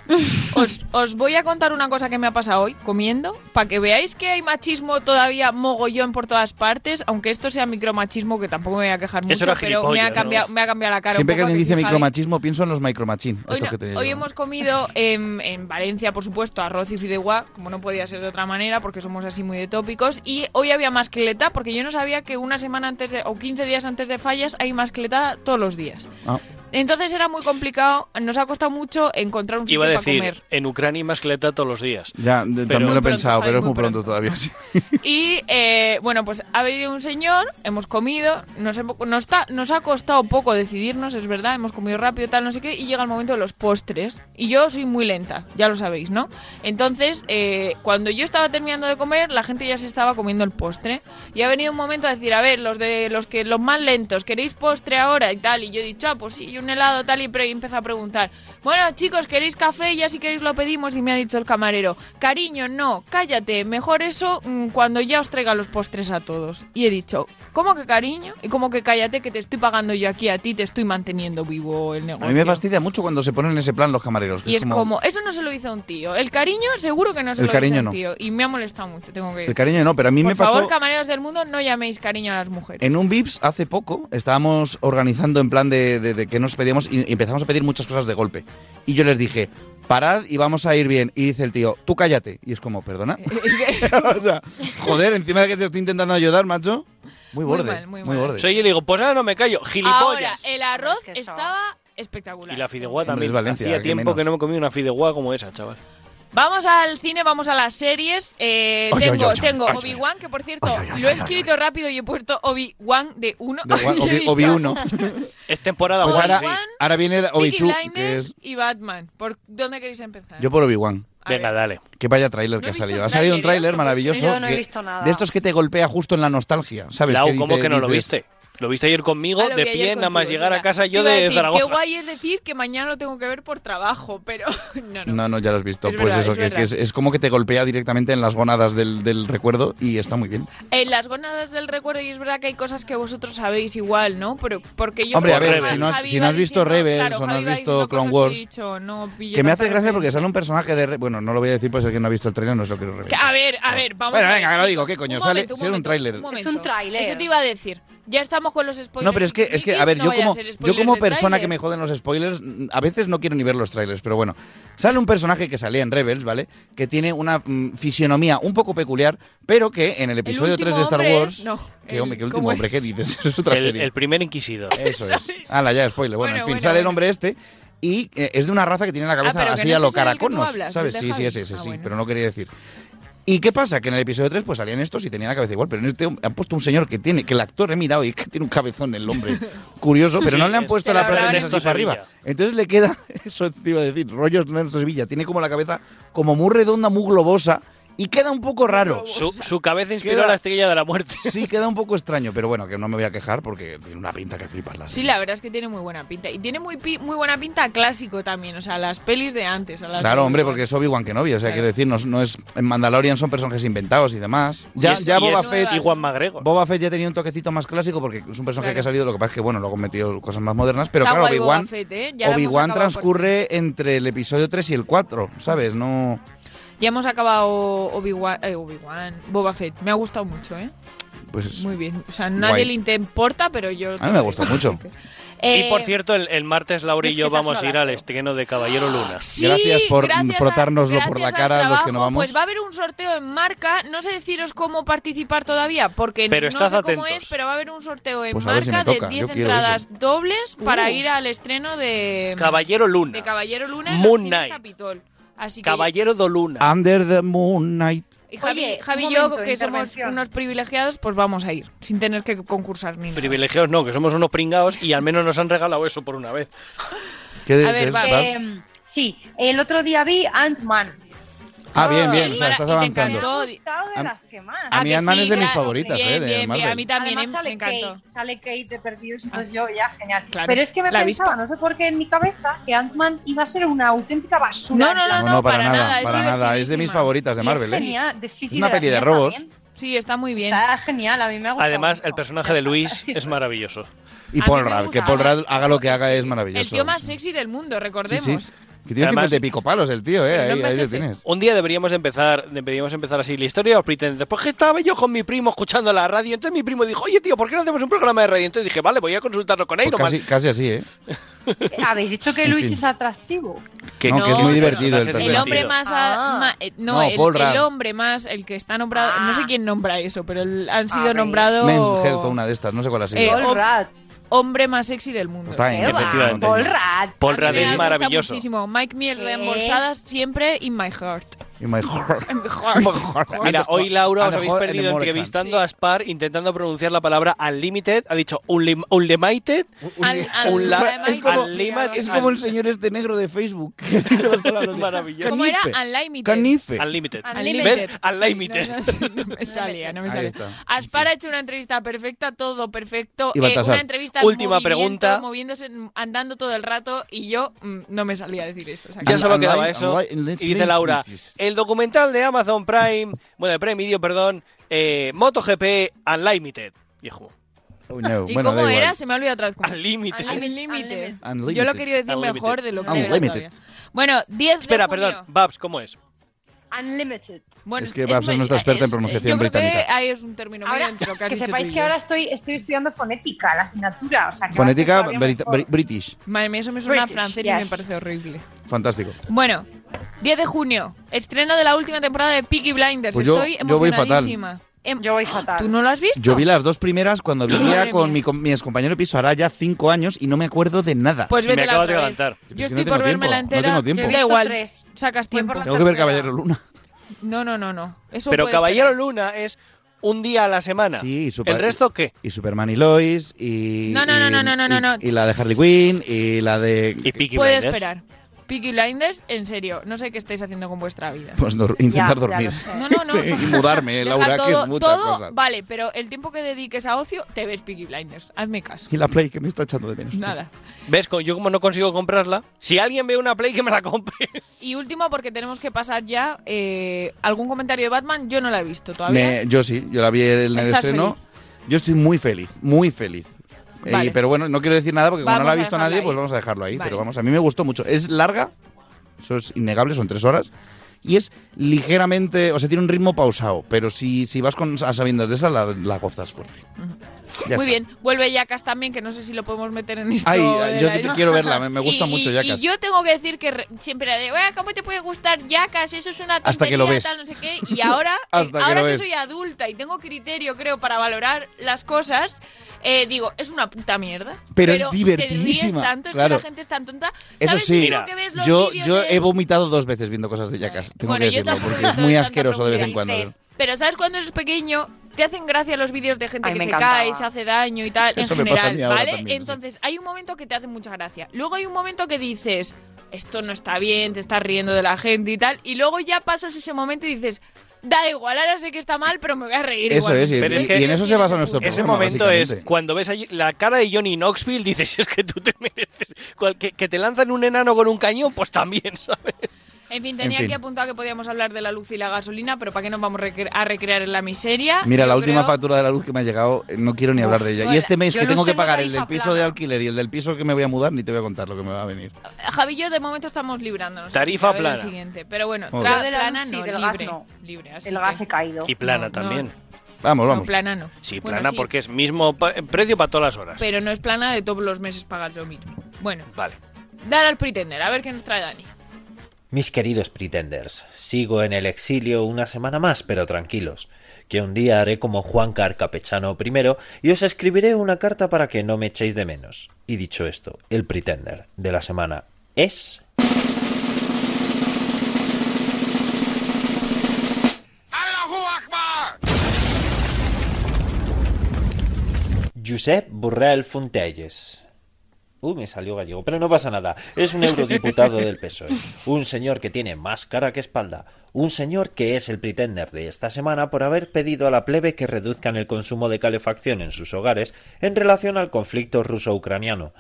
os, os voy a contar una cosa que me ha pasado hoy comiendo, para que veáis que hay machismo todavía mogollón por todas partes, aunque esto sea micromachismo, que tampoco me voy a quejar
Eso
mucho,
era
pero me ha,
gilipollas,
cambiado,
¿no?
me ha cambiado la cara.
Siempre
un
que
poco,
alguien dice
sí, Javi.
micromachismo, pienso en los micromachín.
Hoy,
estos
no-
que tenéis
hoy
yo.
hemos comido em, en Valencia, por supuesto, arroz y fideuá, como no podía ser de otra manera, porque somos así muy de tópicos. Y hoy había mascleta, porque yo no sabía que una semana antes de, o 15 días antes de fallas hay mascleta todos los días.
Ah,
Entonces era muy complicado, nos ha costado mucho encontrar un sitio
Iba a
para
decir,
comer.
en Ucrania hay mascleta todos los días.
ya, de-
Pero-
también lo
Muy
he
pronto,
pensado,
Javi,
pero es
muy
muy pronto,
pronto.
todavía. sí.
Y eh, bueno, pues ha venido un señor, hemos comido, nos, hemo- nos, ta- nos ha costado poco decidirnos, es verdad, hemos comido rápido, tal, no sé qué, y llega el momento de los postres. Y yo soy muy lenta, ya lo sabéis, ¿no? Entonces, eh, cuando yo estaba terminando de comer, la gente ya se estaba comiendo el postre. Y ha venido un momento a decir, a ver, los de los que los más lentos, ¿queréis postre ahora? Y tal, y yo he dicho, ah, pues sí, y un helado, tal, y, pre- y empieza a preguntar, bueno, chicos, ¿queréis café? Ya si queréis lo pedimos, y me ha dicho el camarero, cariño, no, cállate, mejor eso mm, cuando ya os traiga los postres a todos. Y he dicho, ¿cómo que cariño? Y como que cállate, que te estoy pagando yo aquí a ti, te estoy manteniendo vivo el negocio.
A mí me fastidia mucho cuando se ponen en ese plan los camareros. que
Y es como, eso no se lo hizo un tío. El cariño seguro que no se
El
lo
cariño
hizo
no.
un tío. Y me ha molestado mucho, tengo que
El cariño no, pero a mí
Por
me pasó.
favor, camareros del mundo, no llaméis cariño a las mujeres.
En un VIPS hace poco estábamos organizando en plan de, de, de qué nos pedíamos y empezamos a pedir muchas cosas de golpe. Y yo les dije, parad y vamos a ir bien. Y dice el tío, tú cállate. Y es como, perdona. o sea, joder, encima de que te estoy intentando ayudar, macho. Muy
Muy
borde. Muy,
mal, muy mal.
borde.
Soy yo y le digo, pues ahora no me callo,
Ahora, eh,
gilipollas.
el arroz
Es que eso-
estaba espectacular.
Y la fideuá
Hombre,
también.
es Valencia,
Hacía
¿qué
tiempo
menos?
que no me comí una fideuá como esa, chaval.
Vamos al cine, vamos a las series. Eh,
Oye,
tengo
oye, oye,
tengo
oye.
Obi-Wan, que por cierto,
Oye, oye, oye,
lo he
oye,
escrito rápido y he puesto Obi-Wan de 1.
De Obi- Obi- Obi-Uno.
Es temporada
Pues
Obi-Wan,
buena,
ahora,
sí.
ahora viene el
Peaky
Obichu, que
Blinders
es...
y Batman. ¿Por dónde queréis empezar?
Yo por Obi-Wan.
A ver.
Venga, dale.
Que vaya tráiler
No
que
he
ha
visto
salido.
el
Ha salido un
tráiler,
tráiler
¿eh?
maravilloso.
Yo no he
que-
visto nada.
De estos que te golpea justo en la nostalgia, ¿sabes?
Lau,
Que
¿cómo
dice-
que no lo
dices,
viste? Lo viste ayer conmigo,
Ah, lo vi
de
ayer
pie, nada más
contigo,
llegar
es
a casa
verdad.
yo
Te iba a
de
decir, Qué
Zaragoza.
guay es decir que mañana lo tengo que ver por trabajo, pero no, no.
No, no, ya lo has visto.
Es
pues
verdad,
eso,
es
que, que
verdad.
es, es como que te golpea directamente en las gonadas del, del recuerdo y está muy bien.
En las gónadas del recuerdo, y es verdad que hay cosas que vosotros sabéis igual, ¿no? Pero porque yo...
Hombre,
a ver,
Javi
si
no has-
Javi
si no has
va
visto
diciendo-
Rebels
claro,
o no
Javi
has
va
visto
diciendo
Clone
cosas que he
Wars,
dicho, no pillo
Que me hace
tanta
gracia porque
referencia.
sale un personaje de... re- Bueno, no lo voy a decir pues el que no ha visto el trailer, no se lo quiero
Que,
revelar.
a ver, a ver, vamos
Ah. Bueno,
a ver,
venga, que lo
chicos,
digo, ¿qué coño?
un
Sale-
momento, un
si era un
momento,
tráiler.
momento.
Es un tráiler.
Eso te iba a decir. Ya estamos con los spoilers.
No, pero es que, es que, a ver,
frikis, pues no
yo
vaya a
como,
ser spoilers
yo como
de
persona
tráiler.
que me joden los spoilers, mm, a veces no quiero ni ver los trailers, pero bueno. Sale un personaje que salía en Rebels, ¿vale? Que tiene una mm, fisionomía un poco peculiar, pero que en el episodio 3 de
último
Star
hombre
Wars...
es- no,
que
el-
hombre, que último
¿cómo
hombre,
es?
¿qué dices? Es otra
El,
serie.
el primer inquisidor.
Eso es.
¿Sabes?
Hala, ya, spoiler. Bueno,
Bueno,
en fin,
bueno,
sale el
bueno. Ah,
hombre este y eh, es de una raza que tiene la cabeza
pero que
así
no es
a lo
ese del que tú
caraconos,
hablas,
¿sabes?
del
Sí,
de
sí,
Javi.
es ese,
Ah,
sí,
bueno.
pero no quería decir. ¿Y qué pasa? Que en el episodio 3 pues salían estos y tenían la cabeza igual, pero en este han puesto un señor que tiene, que el actor he mirado y que tiene un cabezón el hombre. Curioso, pero
Sí,
no le han
es-
puesto
se
la
lo habrán
frente así
hecho
para
Sevilla.
arriba. Entonces le queda, eso te iba a decir, rollos Ernesto Sevilla, tiene como la cabeza como muy redonda, muy globosa Y queda un poco raro.
Su, su cabeza inspiró a la estrella de la muerte.
Sí, queda un poco extraño, pero bueno, que no me voy a quejar porque tiene una pinta que flipas la
Sí, la verdad es que tiene muy buena pinta. Y tiene muy, pi- muy buena pinta a clásico también, o sea, a las pelis de antes. A las
Claro, hombre, porque es Obi-Wan Kenobi, o sea, quiero decir, no, es- no es en Mandalorian son personajes inventados y demás. Ya,
y es,
ya
y
Boba
es-
Fett
y Juan Magrego.
Boba Fett ya tenía un toquecito más clásico porque es un personaje
Claro.
que ha salido, lo que pasa es que bueno, luego han metido cosas más modernas, pero
Está
claro,
guay Boba
Obi-Wan
Fett, ¿eh? Ya la hemos
Obi-Wan
acabado por
transcurre entre el episodio 3 y el 4, ¿sabes? No
Ya hemos acabado Obi-Wan, eh, Obi-Wan, Boba Fett. Me ha gustado mucho, ¿eh?
pues
Muy bien. O sea, nadie
Guay.
le inter- importa, pero yo...
a mí me gusta mucho.
Eh,
y por cierto, el, el martes Laura y
es que
yo
esas
vamos
no
a ir
las
al estreno de Caballero Luna.
Sí,
Gracias por
gracias a-
frotárnoslo por la
gracias al
cara a los que no
trabajo,
vamos.
Pues va a haber un sorteo en marca. No sé deciros cómo participar todavía, porque
Pero
no
estad
sé cómo
atentos.
es, pero va a haber un sorteo en
Pues a ver si
marca
me
de
toca,
10
yo quiero
entradas
eso.
dobles para
Uh.
ir al estreno de
Caballero Luna.
de Caballero Luna en
Moon
los cines
Knight.
Capitol. Así que
Caballero do Luna.
Ah.
Under the Moon Knight.
y Javi,
Oye,
Javi
un
y yo,
momento,
que somos
intervención.
unos privilegiados, pues vamos a ir, sin tener que concursar ni nada.
Privilegiados no, que somos unos pringados y al menos nos han regalado eso por una vez.
Ah,
¿Qué de-
A ver,
de-
va,
eh,
vas?
em, sí, el otro día vi Ant-Man.
Ah, bien, bien, o
y
sea, estás avanzando.
Me ha gustado de
A-
las que más.
a mí
que
Ant-Man
sí,
es de mis
claro,
favoritas,
bien,
eh, de
bien, bien,
Marvel.
a mí también, eh,
Además,
me
sale
encantó. Ah,
Kate, sale Kate de Perdidos, entonces yo ya, genial.
Claro,
Pero es que me
la
pensaba,
avispa.
no sé por qué en mi cabeza, que Ant-Man iba a ser una auténtica basura.
No, no, no,
No, no, para nada,
es
para nada. Es de mis
divertidísima.
favoritas de
Es
Marvel, ¿eh?
genial, de- sí, sí,
Es una
de las
peli de
mías
robos.
también.
Sí, está muy bien.
Está genial, a mí me ha gustado.
Además,
mucho.
el personaje de Luis es maravilloso.
Y
A
Paul
mí me
Rudd, que
gusta.
Paul Rudd haga lo que haga es maravilloso.
El tío más sexy del mundo,
Sí,
recordemos.
sí. Que tiene
Además-
50 y pico palos el tío, eh.
Pero no
Ahí, ahí lo
envejece.
tienes.
Un día deberíamos empezar, deberíamos empezar así la historia de los Pretenders. Porque estaba yo con mi primo escuchando la radio, entonces mi primo dijo, oye tío, ¿por qué no hacemos un programa de radio? Entonces dije, vale, voy a consultarlo con
Pues
Iron Man.
casi, casi así, eh.
Habéis dicho que
En
Luis
fin.
es atractivo.
No, que es muy
pero-
divertido el
El
personaje.
hombre más.
Ah.
a- ma- eh, no,
No,
el,
Paul Rudd.
el hombre más. El que está nombrado. No
Ah.
sé quién nombra eso, pero el- han sido
ver.
nombrados.
Men's Health o una de estas, no sé cuál ha sido.
Eh,
Paul
hom-
Rudd.
Hombre más sexy del mundo.
Time,
Qué va,
efectivamente.
Paul Rudd.
Paul
A mí
Rudd
me
es
gusta
maravilloso.
Muchísimo. Mike Miel
¿Qué?
reembolsadas siempre in my heart.
Y my heart.
In my heart.
Mira, hoy Laura
And
os
the
habéis
heart and the
perdido
more
entrevistando a Spar intentando pronunciar la palabra unlimited. Ha dicho unlim- unlimited.
Al- al-
un la-
Unlimited,
es como-
sí, algo así.
Es como el señor este negro de Facebook.
Maravilloso.
¿Cómo era?
Canife.
Unlimited.
Canife.
Unlimited.
Unlimited.
¿Ves?
Sí,
Unlimited.
No, no, no me salía, no me
Ahí
salía.
está.
Aspar ha hecho una entrevista perfecta, todo perfecto.
Y
eh,
Baltasar.
una entrevista al
Última
movimiento,
pregunta.
Moviéndose, mm, andando todo el rato y yo mm, no me salía a decir eso. o sea,
Ya
que-
solo
Unlimited,
quedaba eso.
unlimited,
Y dice Laura,
unlimited.
el documental de Amazon Prime, bueno, de Prime Video, perdón, eh, MotoGP Unlimited. Y es como,
Oh, no.
¿Y
bueno,
cómo
da
era?
igual.
Se me ha olvidado otra vez.
Unlimited.
Unlimited.
Unlimited.
Yo lo quería decir
Unlimited.
mejor de lo que era
Unlimited.
todavía. Bueno, 10 de
Espera,
junio.
perdón, Babs, ¿cómo es?
Unlimited.
Bueno,
Es que Babs es
muy-
nuestra experta en
es-
pronunciación
yo creo que
británica.
ahí es un término medio
Ahora,
entre lo que has
que
dicho tú
sepáis
y
que
yo.
ahora estoy, estoy estudiando fonética, la asignatura. O sea, que va a ser
Fonética
todavía
brita-
mejor.
bri- british.
Madre mía, eso me suena a
British,
francés y me
yes.
parece horrible.
Fantástico.
Bueno, 10 de junio, estreno de la última temporada de Peaky Blinders.
Pues yo-
Estoy
yo voy fatal.
emocionadísima. Em-
Yo voy fatal.
¿Tú no lo has visto?
Yo vi las dos primeras cuando vivía
Madre
con
mía.
mi, com- mi excompañero de piso, ahora ya cinco años, y no me acuerdo de nada.
Pues
Me
vete la
acabas de
otra vez.
levantar.
Si no
Yo estoy
tengo
por verme la
tiempo, no
entera.
tengo tiempo. Yo he
Da
visto
igual.
tres.
Sacas
Voy por
tiempo.
la
Tengo que ver
tercera.
Caballero Luna.
No, no, no, no. Eso
Pero
puede
Caballero
esperar.
Luna es un día a la semana.
Sí, super-
¿El resto qué?
Y Superman y Lois, y.
No, no, no,
y-
no, no, no, no,
y-
no.
Y la de Harley Quinn, y la de.
Y Peaky
Puede
Blinders.
esperar. Peaky Blinders, en serio, no sé qué estáis haciendo con vuestra vida.
Pues dor-
Ya,
intentar
ya
dormir.
lo sé.
No, no, no.
y mudarme,
Deja
Laura, que
todo-
es muchas
todo
cosas.
Vale, pero el tiempo que dediques a ocio, te ves Peaky Blinders. Hazme caso.
Y la Play, que me está echando de menos.
Nada.
¿Ves? Como Yo como no consigo comprarla, si alguien ve una Play, que me la compre.
Y último, porque tenemos que pasar ya, eh, algún comentario de Batman, yo no la he visto todavía.
Me- yo sí, yo la vi en el
¿Estás
estreno. Yo estoy muy feliz, muy feliz. Eh,
Vale.
pero bueno, no quiero decir nada porque como
Vamos
no la ha
a
visto
dejarla
nadie, pues
ahí.
vamos a dejarlo ahí.
Vale.
Pero vamos, a mí me gustó mucho. Es larga, eso es innegable, son tres horas. Y es ligeramente, o sea, tiene un ritmo pausado. Pero si, si vas con, a sabiendas de esa, la, la gozas fuerte. Ya está.
Muy bien, vuelve Yacas también, que no sé si lo podemos meter en esto.
Ay,
de
yo
la-
te- te quiero verla, me- me gusta
Y-
mucho
y-
Yacas.
Y yo tengo que decir que re- siempre era de, "Buah, ¿cómo te puede gustar Yacas? Eso es una tontería,
Hasta que lo ves.
tal, no sé qué. Y ahora, eh,
Hasta que
ahora
lo
que,
ves.
soy adulta y tengo criterio, creo, para valorar las cosas, eh, digo, es una puta mierda.
Pero es
te
divertísima,
ríes tanto, es que
claro.
la gente es tan tonta.
Eso
¿Sabes
sí,
si lo que ves los
yo,
vídeos
yo
de-
he vomitado dos veces viendo cosas de Jackass, tengo
Bueno,
que
yo
decirlo,
tampoco
porque es
estoy
muy
tanta
asqueroso de vez en cuando.
profundidad.
Pero ¿sabes cuando eres pequeño? Te hacen gracia los vídeos de gente
Ay,
que
me
se
encantaba.
cae, se hace daño y tal,
Eso
en
me
general,
pasa a mí ahora
¿vale?
también, sí.
Entonces, hay un momento que te hace mucha gracia. Luego hay un momento que dices, esto no está bien, te estás riendo de la gente y tal, y luego ya pasas ese momento y dices, da igual, ahora sé que está mal, pero me voy a reír.
Eso es, y,
igualmente".
Pero es
y-
que-
y en eso se basa nuestro
Ese
programa,
momento es
básicamente.
cuando ves allí la cara de Johnny Knoxville, dices, es que tú te mereces. cual- que, que te lanzan un enano con un cañón, pues también, ¿sabes?
En fin, tenía
En fin.
aquí apuntado que podíamos hablar de la luz y la gasolina, pero ¿para qué nos vamos recre- a recrear en la miseria?
Mira, la
Yo
última
creo-
factura de la luz que me ha llegado, eh, no quiero ni hablar de ella.
hola.
Y este mes
Yo
que
no
tengo que
tengo
pagar
la
el del
hija
piso
plana.
de alquiler y el del piso que me voy a mudar, ni te voy a contar lo que me va a venir.
Javi, yo de momento estamos librándonos.
Tarifa
A ver el
plana.
siguiente. Pero bueno,
Joder.
tra-
Yo de la
plana
luz sí,
no,
del
libre,
gas no.
libre, así
El
que-
gas he caído.
Y plana
No,
también.
Vamos,
No, plana no.
Sí,
Bueno,
plana
sí,
porque es mismo pa- precio para todas las horas.
Pero no es plana de todos los meses pagar lo mismo. Bueno,
Vale.
dar al pretender, a ver qué nos trae Dani.
Mis queridos pretenders, sigo en el exilio una semana más, pero tranquilos, que un día haré como Juan Carcapechano primero y os escribiré una carta para que no me echéis de menos. Y dicho esto, el pretender de la semana es... Josep Borrell Fontelles. Uy, me salió gallego, pero no pasa nada. Es un eurodiputado del PSOE. E. Un señor que tiene más cara que espalda. Un señor que es el pretender de esta semana por haber pedido a la plebe que reduzcan el consumo de calefacción en sus hogares en relación al conflicto ruso-ucraniano.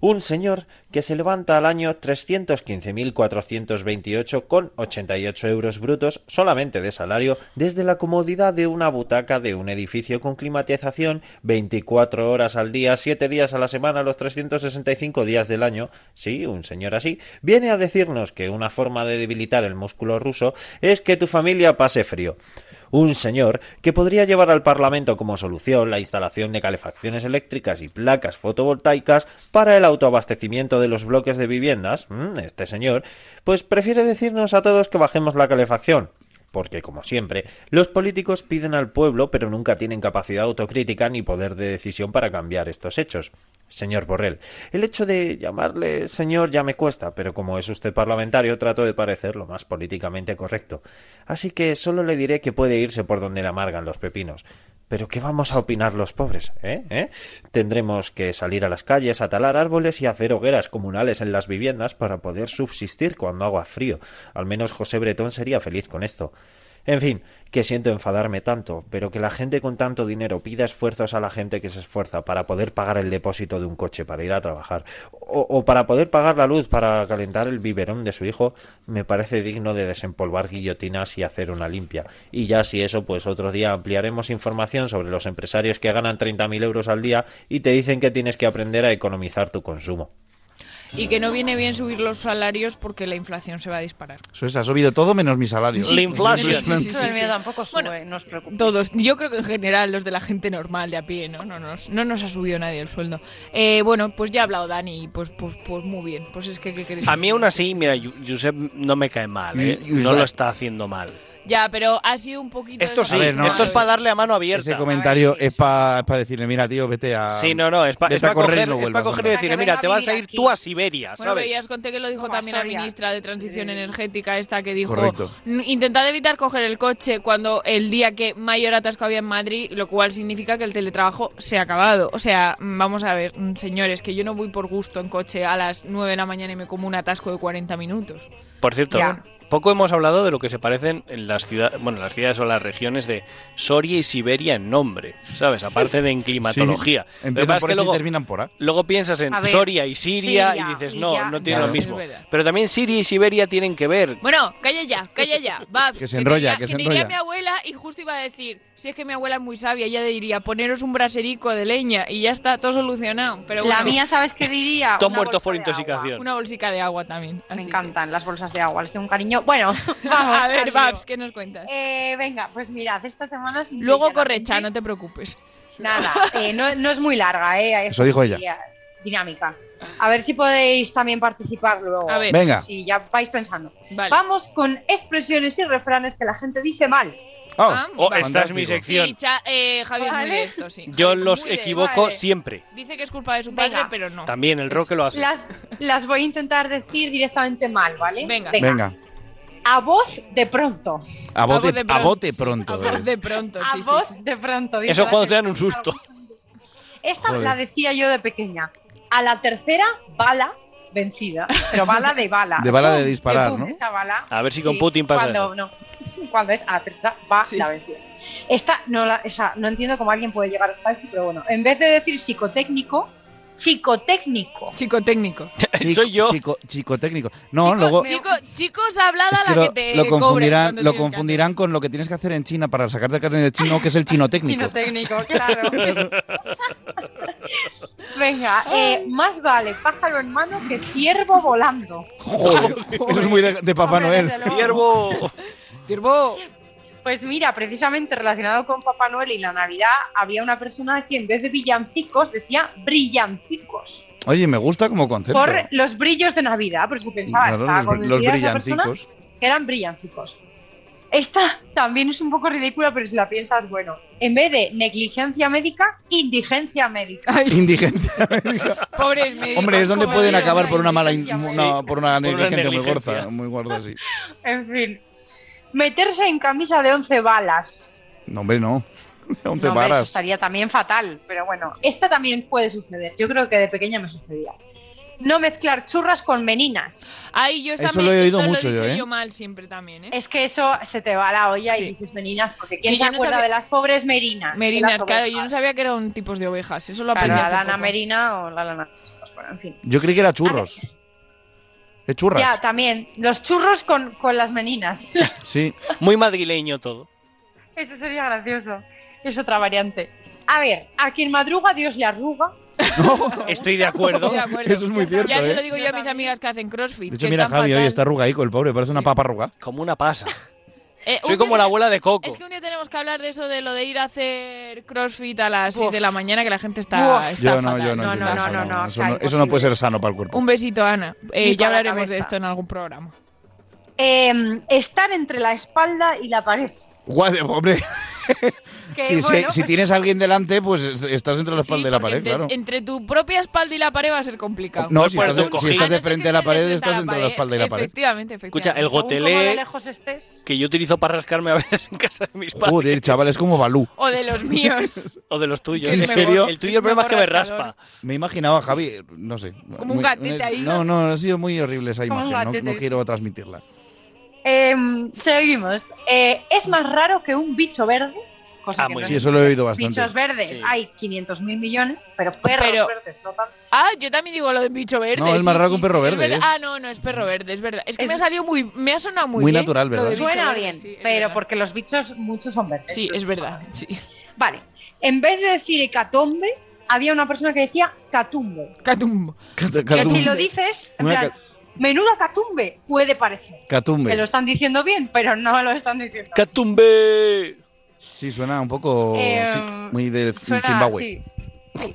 Un señor que se levanta al año 315.428 con 88 euros brutos solamente de salario desde la comodidad de una butaca de un edificio con climatización 24 horas al día, 7 días a la semana, los 365 días del año. Sí, un señor así. Viene a decirnos que una forma de debilitar el músculo ruso es que tu familia pase frío un señor que podría llevar al Parlamento como solución la instalación de calefacciones eléctricas y placas fotovoltaicas para el autoabastecimiento de los bloques de viviendas, mm, este señor, pues prefiere decirnos a todos que bajemos la calefacción. Porque, como siempre, los políticos piden al pueblo, pero nunca tienen capacidad autocrítica ni poder de decisión para cambiar estos hechos. Señor Borrell, el hecho de llamarle señor ya me cuesta, pero como es usted parlamentario, trato de parecer lo más políticamente correcto. Así que solo le diré que puede irse por donde le amargan los pepinos. Pero ¿qué vamos a opinar los pobres? ¿Eh? ¿Eh? Tendremos que salir a las calles a talar árboles y hacer hogueras comunales en las viviendas para poder subsistir cuando haga frío. Al menos José Bretón sería feliz con esto. En fin, que siento enfadarme tanto, pero que la gente con tanto dinero pida esfuerzos a la gente que se esfuerza para poder pagar el depósito de un coche para ir a trabajar, o, o para poder pagar la luz para calentar el biberón de su hijo, me parece digno de desempolvar guillotinas y hacer una limpia. Y ya si eso, pues otro día ampliaremos información sobre los empresarios que ganan 30.000 euros al día y te dicen que tienes que aprender a economizar tu consumo.
Y que no viene bien subir los salarios porque la inflación se va a disparar.
Eso es, ha subido todo menos mi salario.
Sí, La inflación. sí, sí, sí, sí.
El mío tampoco sube, no os preocupéis.
Todos, yo creo que en general los de la gente normal de a pie, ¿no? No nos, no nos ha subido nadie el sueldo. Eh, bueno, pues ya ha hablado Dani, y pues, pues, pues muy bien. Pues es que, ¿qué queréis?
A mí aún así, mira, Ju- Josep no me cae mal, ¿eh?
Y-
No
Josep.
lo está haciendo mal.
Ya, pero ha sido un poquito.
Esto sí,
desafortunado.
ver, no,
esto es para darle a mano abierta.
Ese comentario es para decirle, mira, tío, vete a.
Sí, no, no, es
Ah,
para
vete a correr
coger,
y no
es pa
vuelvas,
coger y
hombre.
decirle, mira, te vas a ir tú a Siberia,
Bueno, pero
¿sabes?
ya os conté que lo dijo también la ministra de Transición Energética, esta que dijo,
Correcto.
"N- intentad evitar coger el coche cuando el día que mayor atasco había en Madrid, lo cual significa que el teletrabajo se ha acabado. O sea, mm, vamos a ver, mm, señores, que yo no voy por gusto en coche a las 9 de la mañana y me como un atasco de 40 minutos.
Por cierto,
Ya.
poco hemos hablado de lo que se parecen en las ciudades, bueno, las ciudades o las regiones de Soria y Siberia en nombre, ¿sabes? Aparte de en climatología.
Sí,
Lo que
empiezan
pasa es
por
que
eso y
luego,
terminan por A.
luego piensas en
A ver,
Soria y Siria,
Siria
y dices,
y
no,
ya,
no tiene
ya,
lo
es
mismo.
verdad.
Pero también Siria y Siberia tienen que ver.
Bueno, calla ya, calla ya, Babs,
Que se
te
enrolla,
diría-
que se
te diría
enrolla.
mi abuela y justo iba a decir, si es que mi abuela es muy sabia, ella diría, poneros un braserico de leña y ya está todo solucionado. Pero
La
bueno.
mía, ¿sabes qué diría?
Todos
Una
muertos por
bolsa de agua. Ah,
intoxicación.
Una bolsica de agua también.
Me encantan las bolsas de agua, les tengo un cariño. Bueno, vamos.
A ver,
al
Babs,
lío.
¿qué nos cuentas?
Eh, venga, pues mirad, esta semana sin
Luego
que ya la
correcha,
gente-
no te preocupes.
Nada, eh, no, no es muy larga, eh, es
Eso dijo ella.
así, eh, Dinámica. A ver si podéis también participar luego.
A ver. Venga.
Si ya vais pensando.
Vale.
Vamos con expresiones y refranes que la gente dice mal.
Ah,
Oh, esta es
fantástico.
mi sección.
Sí, cha- eh, Javi es muy
Vale.
de esto, sí.
Yo
Javi es
los
muy de-
equivoco
vale.
siempre.
Dice que es culpa de su padre,
Venga.
pero no.
También el rock lo hace.
Las, las voy a intentar decir directamente mal, ¿vale?
Venga.
Venga,
A voz de pronto.
a
voz
bote,
de
a
bronce.
bote pronto. ¿ves?
De pronto,
a
sí, sí,
voz
sí.
de pronto. dice
Eso
la
cuando te
gente.
dan un susto.
Esta
Joder.
la decía yo de pequeña. A la tercera, bala vencida. Pero bala de bala.
De bala de
Pum,
disparar,
pum,
¿no?
Esa bala.
A ver si con Putin pasa
cuando- no. cuando es a la tercera va la vencida. Esta no, la, o sea, no entiendo cómo alguien puede llegar hasta esto, pero bueno, en vez de decir psicotécnico, psicotécnico.
Psicotécnico.
Soy yo. Chico, chico técnico. No, luego.
Chico- chicos, hablada
es que
la
lo,
que te
lo
cobren
confundirán, lo
cuando tienes que hacer.
confundirán con lo que tienes que hacer en China para sacarte el carnet de chino, que es el chino técnico.
Chinotécnico, claro. Venga, eh, más vale pájaro en mano que ciervo volando.
Joder, eso es muy de, de Papá Noel.
Ciervo.
Ciervo.
Pues mira, precisamente relacionado con Papá Noel y la Navidad, había una persona que en vez de villancicos decía brillancicos.
Oye, me gusta como concepto.
Por los brillos de Navidad, por eso pensaba,
Claro,
estaba
los br- los
convencida esa persona
brillancicos.
que eran brillancicos. Esta también es un poco ridícula, pero si la piensas, bueno, en vez de negligencia médica, indigencia médica.
Indigencia.
Pobres médicos.
Hombre, es donde
joder.
pueden acabar por una mala, in-
indigencia,
una-
sí.
por una
Por una
negligencia muy
negligencia.
gorda, muy gorda, sí.
En fin, meterse en camisa de 11 balas.
No, hombre, no. 11
No, hombre, eso
varas.
estaría también fatal, pero bueno, esta también puede suceder. Yo creo que de pequeña me sucedía. No mezclar churras con meninas.
Ay, yo esta
Eso
me-
lo he oído
esta
mucho
lo he dicho
yo, ¿eh?
mal siempre también, ¿eh?
Es que eso se te va a la olla
Sí.
y dices meninas, porque ¿quién
Y
se
yo no
acuerda
sabía-
de las pobres merinas? De
Merinas,
las
claro,
ovejas.
yo no sabía que eran tipos de ovejas. Eso lo
Claro,
aprendí
la
hace
lana
poco.
merina o la lana de churras, bueno, en fin.
Yo creí que era churros. ¿Es churras?
Ya, también, los churros con, con las meninas.
Sí.
Muy madrileño todo.
eso sería gracioso. Es otra variante. A ver, a quien madruga Dios le arruga.
Estoy de acuerdo.
Estoy de acuerdo.
Eso es muy cierto,
Ya se
¿eh?
lo digo yo a mis amigas que hacen crossfit.
De
que
hecho, mira,
están
Javi, oye,
fatal.
está arrugaico el pobre, parece una papa arrugada.
Como una pasa.
Eh,
Soy
un
como
día
la
te-
abuela de Coco.
Es que un día tenemos que hablar de eso, de lo de ir a hacer crossfit a las
Uf.
6 de la mañana, que la gente está.
Uf.
está
Yo no,
fatal.
yo no.
No,
entiendo
no,
eso,
no,
Eso
no, o sea,
no, eso no puede
imposible.
ser sano para el cuerpo.
Un besito, Ana. Eh,
Ni
ya
para la
hablaremos de
cabeza.
esto en algún programa.
Eh, estar entre la espalda y la pared.
Guau, de- hombre.
Que,
si, si-
bueno,
si
pues-
tienes a alguien delante, pues es- estás entre la espalda
Sí,
de la
porque
pared,
entre,
claro.
entre tu propia espalda y la pared va a ser complicado.
No,
Voy
si
por
estás,
tu
de, si
cojín.
estás de
A no ser
frente
que
a la
estés
pared,
frente a
estás entre la espalda de la pared.
Efectivamente, efectivamente.
Escucha, el
según cómo de
gotelé
lejos estés.
que yo utilizo para rascarme a veces en casa de mis padres.
Joder, chaval, es como Balú.
O de los míos.
O de los tuyos.
Es
El-
mejor- serio?
El
es
tuyo el problema es que me
mejor
raspa.
rascador.
Me imaginaba a Javi, no sé.
Como un gatete ahí,
No, no, ha sido muy horrible esa
Como un
imagen. no- No,
gatete.
quiero transmitirla.
Em, seguimos. Eh, es más raro que un bicho verde. Cosa
Ah,
que
muy
no
Sí,
bien.
es-
eso lo he oído bastante.
Bichos verdes
Sí.
hay 500 mil millones, pero perros
Pero-
verdes no tanto.
Ah, yo también digo lo de bicho verde.
No, es más
sí,
raro
sí,
que un perro
sí, es
verde,
verdad.
¿eh?
Ah, no, no, es perro verde, es verdad. Es que
Es-
me ha salido muy. Me ha sonado muy,
Muy
bien
natural,
lo de
¿verdad?
bicho
Suena
verde,
bien,
sí, es
pero
verdad.
porque los bichos muchos son verdes.
Sí, es
entonces,
verdad. Sí.
Vale. En vez de decir hecatombe, había una persona que decía catumbe.
Catum.
Cata-
Que si
catum-
lo dices, en
Una
plan,
ca-
menuda catumbe puede parecer. Que lo
Catumbe.
están diciendo bien, pero no lo están diciendo.
¡Catumbe!
Sí, suena un poco
Eh,
sí, muy de
Suena
Zimbabue.
así.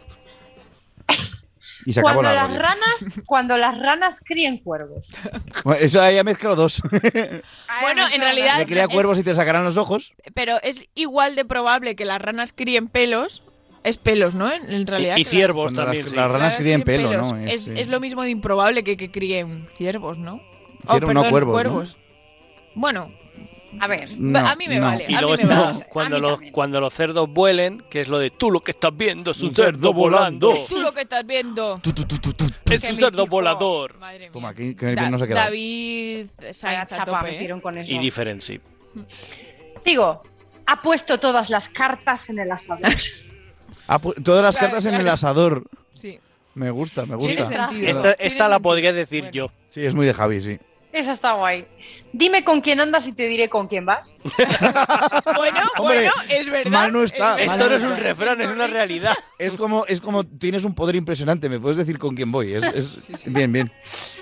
Y se acabó
Cuando
la
las
radio.
ranas, cuando las ranas críen cuervos.
Bueno, Eso ahí ha mezclado dos.
Bueno, en realidad-
Le
Es-
crea
es-
cuervos y te sacarán los ojos.
Pero es igual de probable que las ranas críen pelos. Es pelos, ¿no? En, en realidad.
Y, y
que las-
ciervos
Cuando
también,
las,
sí.
las ranas críen pelo,
pelos.
¿no?
Es,
sí.
es lo mismo de improbable que, que críen ciervos, ¿no? Oh,
Ciervo, no,
perdón,
cuervos, ¿no?
Bueno,
A ver,
No,
a mí me
no.
vale.
Y
a
luego
mí me
está
vale.
cuando,
A mí
los,
también.
cuando los cerdos vuelen, que es lo de tú lo que estás viendo es un, cerdo volando.
Tú lo que estás viendo.
Tu, tu, tu, tu, tu.
Es
que
un
mi
cerdo
hijo-
volador.
Madre mía.
Toma, que, que bien nos ha quedado.
David
vaya
Sainz a
chapa
tope, ¿eh?
metieron con eso.
Y diferente, sí.
Digo, ha puesto todas las cartas en el asador.
Ah, pu- todas las
Claro,
cartas en
claro.
el asador.
Sí.
Me gusta, me
Tiene
gusta.
sentido.
Esta,
Tiene
esta la
sentido.
podría decir
Bueno.
yo.
Sí, es muy de Javi, sí.
Eso está guay. Dime con quién andas y te diré con quién vas.
Bueno,
Hombre,
bueno, es verdad.
mal no está,
verdad.
mal
Esto no es
no
un refrán, es una realidad.
Es como, es como tienes un poder impresionante, me puedes decir con quién voy. Es, es- Bien, bien.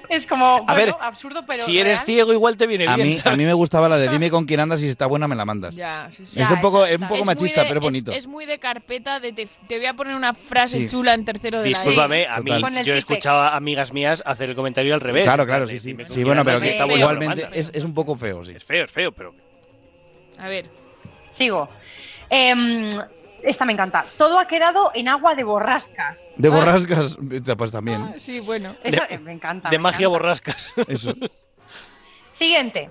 Es como bueno,
ver,
absurdo, pero.
Si eres
real.
ciego, igual te viene
A
bien.
mí, a
¿sabes?
mí me gustaba la de dime con quién andas y si está buena me la mandas.
Ya, sí, sí.
Ya,
es un poco, es un
exacto.
poco
Es muy
machista,
de-
pero
es-
bonito.
Es, muy de carpeta de te, te voy a poner una frase
Sí.
chula en tercero de la
Discúlpame, a mí
Total.
Con el
yo he
tipex.
escuchado a amigas mías hacer el comentario al revés.
claro,
en plan
claro, sí,
de,
sí.
dime con
Sí,
quién
bueno, pero
andas,
que
si
sí,
está bueno, lo
igualmente
mandas.
es, es un poco feo, sí.
Es feo, es feo, pero
E. A ver.
Sigo. Em, esta me encanta. Todo ha quedado en agua de borrascas.
De borrascas, chapas también.
Ah, Sí, bueno.
Esa eh, me encanta.
de
me
magia
encanta.
borrascas.
Eso.
Siguiente.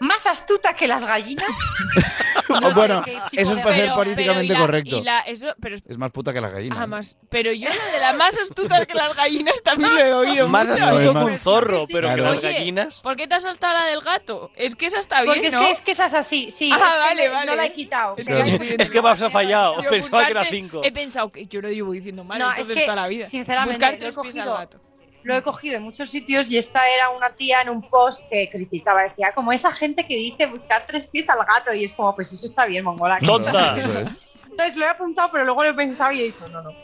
Más astuta que las gallinas.
Oh, bueno, eso es para ser políticamente
y la-
correcto.
y la- eso- pero es-
Es más puta que la gallina.
ah, más- pero yo la de las más astutas que las gallinas también lo he oído.
Más
mucho.
astuto
No,
que
es
un
más-
zorro, pero que
Claro.
las
Oye,
gallinas.
¿Por qué te has saltado la del gato? Es que esa está bien,
Porque es
¿no?
que- es que esa es así, sí,
Ah,
es que
vale,
no-
vale.
no la he quitado.
Es
Pero-
que,
Es que vas a fallado.
yo
Oh, Pensaba que era
buscarte-
5.
He pensado que yo lo llevo diciendo mal
No, es
entonces
que,
toda la vida.
sinceramente,
Buscar
lo he
tres pies al
cogido.
gato.
Lo he cogido en muchos sitios y esta era una tía en un post que criticaba, decía, como esa gente que dice buscar tres pies al gato y es como, pues eso está bien, mongola. que
¡Tonta!
está bien". Entonces lo he apuntado, pero luego lo he pensado y he dicho, no, no.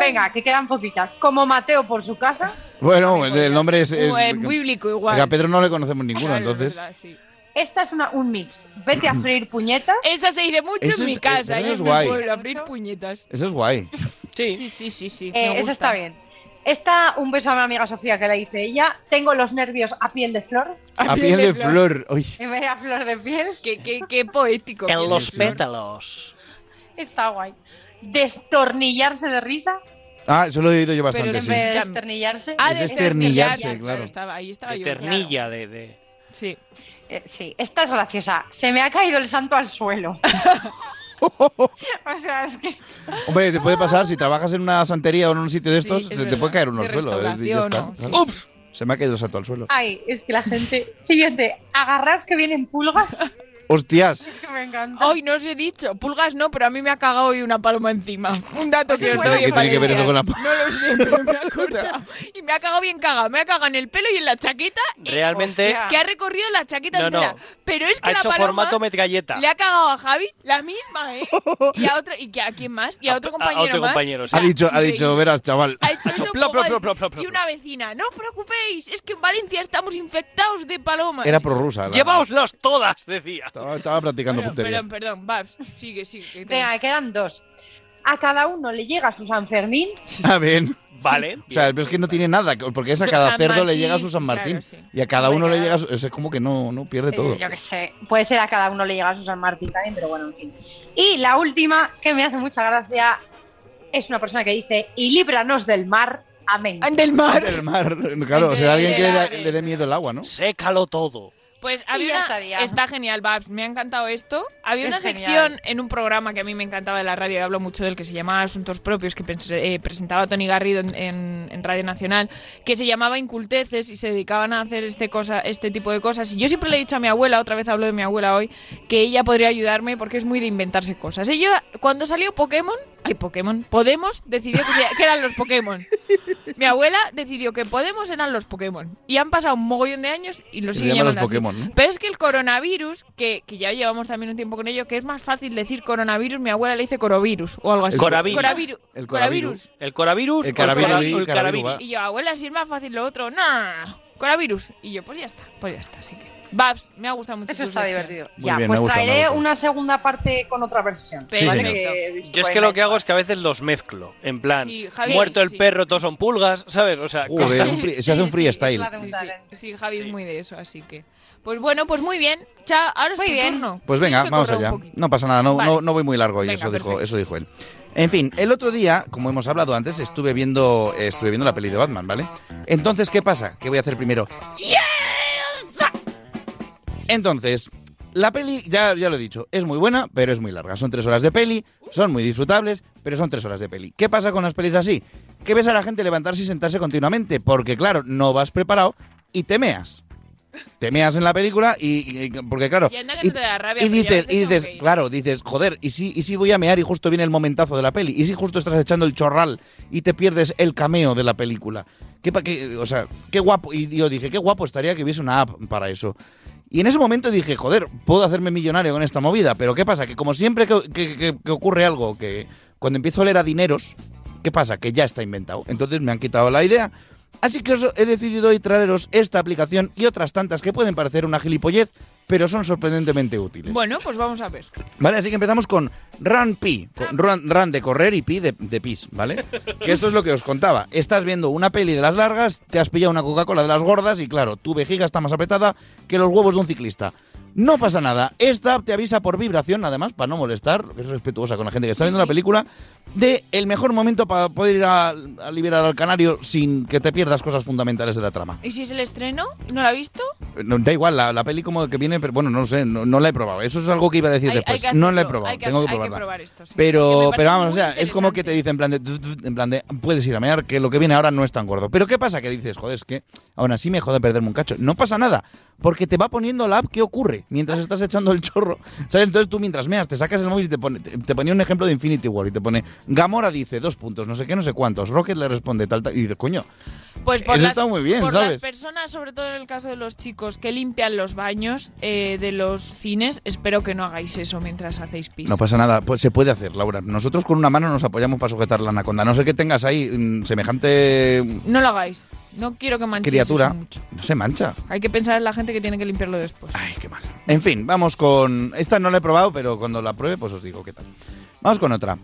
Venga, que quedan poquitas. Como Mateo por su casa,
Bueno, el, el nombre es. es-
O en bíblico igual.
porque a Pedro no le conocemos ninguno,
Pues Claro,
entonces.
verdad, sí.
esta es una, un mix. Vete a freír puñetas.
Esa se dice mucho
Eso
en mi
es- eh,
casa.
eso
y
es
en
guay.
mi pueblo, abrir puñetas.
Eso es guay.
Sí, sí, sí, sí.
Eh,
me
eso
gusta.
está bien. Esta, un beso a mi amiga Sofía que la hice ella. Tengo los nervios a piel de flor.
A piel de flor. Uy.
En vez de a flor de piel.
Qué, qué- qué poético.
En los
Flor.
pétalos.
Está guay. Destornillarse de risa.
Ah, eso lo he oído yo
Pero
bastante,
en
sí.
vez de desternillarse.
Ah,
Es
de
desternillarse,
desternillarse,
claro.
estaba- ahí estaba
De
yo.
ternilla, de. de-
Sí.
Eh, sí, esta es graciosa. Se me ha caído el santo al suelo. o sea, es que.
Hombre, te puede pasar si trabajas en una santería o en un sitio de estos,
Ah. es
se te
verdad.
puede caer uno
De
al suelo. eh, y ya
restauración,
está,
¿no?
¿sabes?
Sí. Ah.
¡Ups!
Se me ha caído el santo al suelo.
Ay, es que la gente. Siguiente. Agarras que vienen pulgas.
¡Hostias!
Es que me encanta.
Hoy no os he dicho, pulgas no, pero a mí me ha cagado hoy una paloma encima. Un dato que os
Tiene
doy.
que-
en
tiene que ver
Valencia.
eso con la
No lo sé, pero me ha cortado. Y me ha cagado bien cagado. Me ha cagado en el pelo y en la chaqueta. y-
Realmente
Hostia.
Que ha recorrido la chaqueta
No, no.
entera. Pero es que
ha
la
hecho
paloma
formato metralleta.
le ha cagado a Javi, la misma, ¿eh? Y a otro, y que a quién más, y a otro
a
compañero
otro
más.
compañero, sí.
Ha dicho, ha
increíble.
dicho, verás, chaval.
Ha hecho eso
Plop,
un poco
plop, plop, plop, plop,
de- Y
plop.
una vecina, no os preocupéis, es que en Valencia estamos infectados de palomas.
Era prorrusa. la-
¡Llevaoslas todas! Decía.
Estaba, estaba practicando puntería.
Perdón, perdón, Babs, sigue, sigue. que te-
Venga, quedan dos. A cada uno le llega su San Fermín.
Ah, bien.
Vale.
O sea, pero es que no tiene nada, porque es a cada
San
cerdo le
Martín,
llega su San Martín.
claro, sí.
Y a cada uno le
Hombre,
llega su... Es como que no, no pierde
Eh,
todo.
Yo qué sé, puede ser a cada uno le llega a su San Martín también, pero bueno, en fin. Y la última, que me hace mucha gracia, es una persona que dice, y líbranos del mar, amén.
Del mar.
El mar, claro, o
El
sea, alguien que
mar,
le, le dé miedo el agua, ¿no?
Sécalo todo.
Pues
Y
había
ya
una-
estaría.
está genial, Babs, me ha encantado esto. Había
Es
una
genial.
sección en un programa que a mí me encantaba de la radio, y hablo mucho del que se llamaba Asuntos Propios, que pens- eh, presentaba Tony Garrido en, en- en Radio Nacional, que se llamaba Inculteces y se dedicaban a hacer este, cosa, este tipo de cosas. Y yo siempre le he dicho a mi abuela, otra vez hablo de mi abuela hoy, que ella podría ayudarme porque es muy de inventarse cosas. Ella, cuando salió Pokémon, ay, Pokémon, Podemos decidió que, se- que eran los Pokémon. Mi abuela decidió que Podemos eran los Pokémon. Y han pasado un mogollón de años y lo
Se
siguen
llaman los
llamando así.
Pokémon, ¿no?
Pero es que el coronavirus, que, que ya llevamos también un tiempo con ello, que es más fácil decir coronavirus, mi abuela le dice coronavirus o algo así.
El coravirus.
Coraviru-
El Ah.
coravirus.
El coravirus.
El
o cora-
coronavirus,
o
coronavirus,
el coronavirus.
Y yo, abuela, si es más fácil lo otro, no, no, no, no, coronavirus. Y yo, pues ya está, pues ya está, así que... Babs, me ha gustado mucho.
Eso
tu
está
sección.
divertido.
Muy
ya,
bien, me
pues
gusta, me
traeré
gusta.
una segunda parte con otra versión.
Sí,
Vale,
señor.
que-
Yo es que lo que hago es que a veces los mezclo. En plan,
Sí, Javi,
muerto el
sí.
perro, todos son pulgas, ¿sabes? O sea,
Joder,
cosas-
un free- se hace un
sí,
freestyle.
sí,
Sí,
Dale.
sí, sí, Javi es
Sí.
muy de eso, así que... Pues bueno, pues muy bien. Chao, ahora es
Muy
tu
bien.
turno.
Pues venga,
Tienes que
vamos
correr un
allá.
poquito.
No pasa nada, no,
Vale.
no, no voy muy largo y
Venga,
eso dijo,
perfecto.
eso dijo él. En fin, el otro día, como hemos hablado antes, estuve viendo, eh, estuve viendo la peli de Batman, ¿vale? Entonces, ¿qué pasa? ¿Qué voy a hacer primero? ¡Yes! Entonces, la peli, ya, ya lo he dicho, es muy buena, pero es muy larga. Son tres horas de peli, son muy disfrutables, pero son tres horas de peli. ¿Qué pasa con las pelis así? Que ves a la gente levantarse y sentarse continuamente, porque claro, no vas preparado y temeas. Temeas en la película y, y- porque claro,
Y anda que no te da rabia,
y
pero yo a
dices,
veces
y
tengo
dices,
que ir.
claro, dices, joder, y si, y si voy a mear y justo viene el momentazo de la peli, y si justo estás echando el chorral y te pierdes el cameo de la película. ¿Qué, pa- qué- o sea, qué guapo. Y yo dije, qué guapo estaría que hubiese una app para eso. Y en ese momento dije, joder, puedo hacerme millonario con esta movida, pero ¿qué pasa? Que como siempre que, que- que- que ocurre algo, que cuando empiezo a leer a dineros, ¿qué pasa? Que ya está inventado. Entonces me han quitado la idea. Así que os he decidido hoy traeros esta aplicación y otras tantas que pueden parecer una gilipollez, pero son sorprendentemente útiles.
Bueno, pues vamos a ver.
Vale, así que empezamos con Run Pi, con run, Run de correr y Pi de, de pis, ¿vale? Que esto es lo que os contaba. Estás viendo una peli de las largas, te has pillado una Coca-Cola de las gordas y claro, tu vejiga está más apretada que los huevos de un ciclista. No pasa nada. Esta app te avisa por vibración, además, para no molestar, es respetuosa con la gente que está viendo la película, de el mejor momento para poder ir a, a liberar al canario sin que te pierdas cosas fundamentales de la trama.
¿Y si es el estreno? ¿No la ha visto?
No, da igual, la, la peli como que viene, pero bueno, no sé, no, no la he probado. Eso es algo que iba a decir
Hay- hay
después.
que
no la he
hacerlo,
probado,
hay que
tengo que
hacer- hay que
probarla.
probar esto, sí.
pero,
Porque
pero
me parece
vamos, o
muy
sea, es como que te dice en plan de, "Tut, tut", en plan de, puedes ir a mear, que lo que viene ahora no es tan gordo. Pero ¿qué pasa? Que dices, joder, es que aún así me jode perderme un cacho. No pasa nada, porque te va poniendo la app que ocurre mientras estás echando el chorro. ¿Sabes? Entonces tú mientras meas, te sacas el móvil y te pone, te, te ponía un ejemplo de Infinity War y te pone, Gamora dice dos puntos, no sé qué, no sé cuántos, Rocket le responde tal, tal, y dices, coño,
Pues por,
Eso
las,
está muy bien,
por
¿sabes?
las personas, sobre todo en el caso de los chicos que limpian los baños eh, de los cines, espero que no hagáis eso mientras hacéis pis.
No pasa nada, pues se puede hacer, Laura. Nosotros con una mano nos apoyamos para sujetar la anaconda. A No sé que tengas ahí mm, semejante mm,
No lo hagáis. No quiero que manchéis
criatura.
eso mucho.
No se mancha.
Hay que pensar en la gente que tiene que limpiarlo después.
En fin, vamos con. Esta no la he probado, pero cuando la pruebe, pues os digo qué tal. Vamos con otra.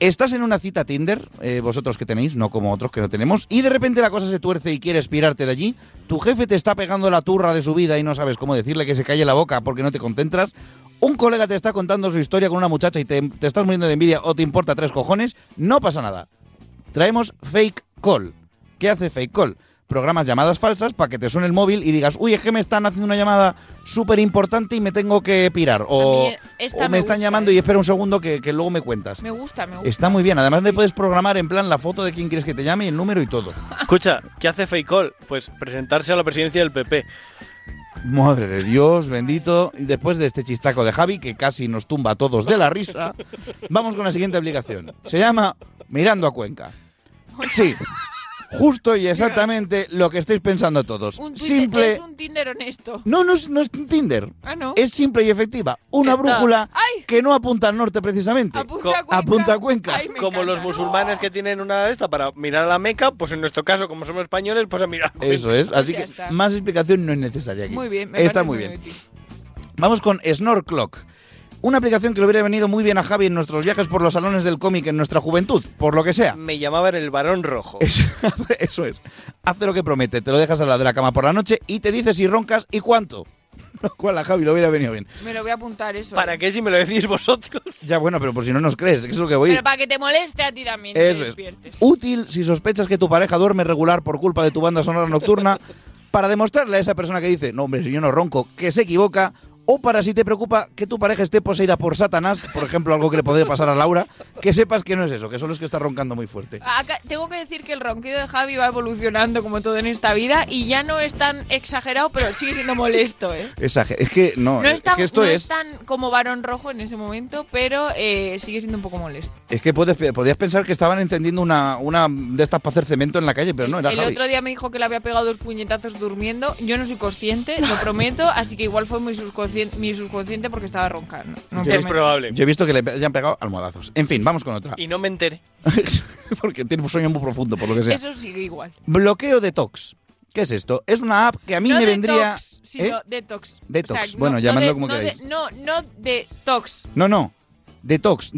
Estás en una cita Tinder, eh, vosotros que tenéis, no como otros que no tenemos, y de repente la cosa se tuerce y quieres pirarte de allí. Tu jefe te está pegando la turra de su vida y no sabes cómo decirle que se calle la boca porque no te concentras. Un colega te está contando su historia con una muchacha y te, te estás muriendo de envidia o te importa tres cojones. No pasa nada traemos Fake Call. ¿Qué hace Fake Call? Programas llamadas falsas para que te suene el móvil y digas, uy, es que me están haciendo una llamada súper importante y me tengo que pirar. O,
A mí esta
o me,
me
están
gusta, ¿eh?
llamando y espera un segundo que, que luego me cuentas.
Me gusta, me gusta.
Está muy bien. Además, le puedes programar en plan la foto de quién quieres que te llame y el número y todo.
Escucha, ¿qué hace Feicol? Pues presentarse a la presidencia del PP.
Madre de Dios, bendito. Y después de este chistaco de Javi, que casi nos tumba a todos de la risa, vamos con la siguiente aplicación. Se llama Mirando a Cuenca. Sí, justo y exactamente lo que estáis pensando todos.
Un Twitter-
Simple.
Es un Tinder honesto.
No, no es, no es un Tinder.
Ah, no.
Es simple y efectiva. Una
Está-
brújula que no apunta al norte precisamente.
Apunta a Cuenca.
Apunta a Cuenca.
como los musulmanes que tienen una de esta para mirar a la Meca, pues en nuestro caso, como somos españoles, pues a mirar. a Cuenca.
Eso es. Así
Ya
que
está.
más explicación no es necesaria aquí.
Muy bien, me
Está
parece
muy
muy
bien. Vamos con Snorclock. Una aplicación que le hubiera venido muy bien a Javi en nuestros viajes por los salones del cómic en nuestra juventud, por lo que sea.
Me llamaban el varón rojo.
Eso es. Hace lo que promete, te lo dejas al lado de la cama por la noche y te dice si roncas y cuánto. Lo cual a Javi le hubiera venido bien.
Me lo voy a apuntar eso. eh.
qué si me lo decís vosotros?
Ya bueno, pero por si no nos crees, que es lo que voy.
Pero para que te moleste a ti también. que
Eso es.
despiertes.
Útil si sospechas que tu pareja duerme regular por culpa de tu banda sonora nocturna, para demostrarle a esa persona que dice, no hombre, si yo no ronco, que se equivoca, o para si te preocupa que tu pareja esté poseída por Satanás, por ejemplo, algo que le podría pasar a Laura, que sepas que no es eso, que solo es que está roncando muy fuerte.
Acá- tengo que decir que el ronquido de Javi va evolucionando como todo en esta vida y ya no es tan exagerado, pero sigue siendo molesto, ¿eh?
Exager- es que no,
No
es
es tan,
que esto
no
es...
es tan como varón rojo en ese momento, pero eh, sigue siendo un poco molesto.
Es que puedes, podías pensar que estaban encendiendo una, una de estas para hacer cemento en la calle, pero no, era
el
Javi.
otro día me dijo que le había pegado dos puñetazos durmiendo. Yo no soy consciente, lo prometo, así que igual fue mi subconsciente, mi subconsciente porque estaba roncando. No
es
prometo.
probable.
Yo he visto que le hayan pegado almohadazos. En fin, vamos con otra.
Y no me enteré.
Porque tiene un sueño muy profundo, por lo que sea.
Eso sigue igual.
Bloqueo detox. ¿Qué es esto? Es una app que a mí
no
me vendría.
detox, sino
¿Eh?
detox.
Detox, bueno, llamadlo como
no
queráis.
de- no, no detox.
No, no. Detox,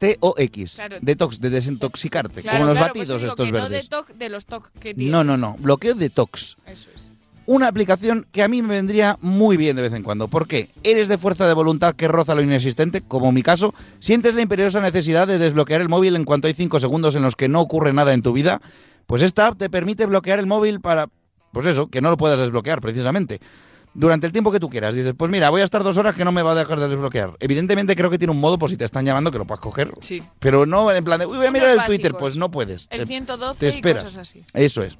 D-E-T-O-X.
Claro.
Detox, de desintoxicarse,
Claro,
como los
claro, por eso
batidos
digo
estos
que
verdes.
No detox de los toc que tienes.
No, no, no. Bloqueo detox.
Eso es.
Una aplicación que a mí me vendría muy bien de vez en cuando. ¿Por qué? Eres de fuerza de voluntad que roza lo inexistente, como mi caso. Sientes la imperiosa necesidad de desbloquear el móvil en cuanto hay 5 segundos en los que no ocurre nada en tu vida. Pues esta app te permite bloquear el móvil para, pues eso, que no lo puedas desbloquear precisamente. Durante el tiempo que tú quieras, dices, pues mira, voy a estar dos horas que no me va a dejar de desbloquear. Evidentemente creo que tiene un modo por si te están llamando que lo puedas coger.
Sí.
Pero no en plan de, uy, voy a mirar el
Unos
Twitter,
básicos.
pues no puedes.
El
Te-
112
te
y
esperas.
cosas así.
Eso es.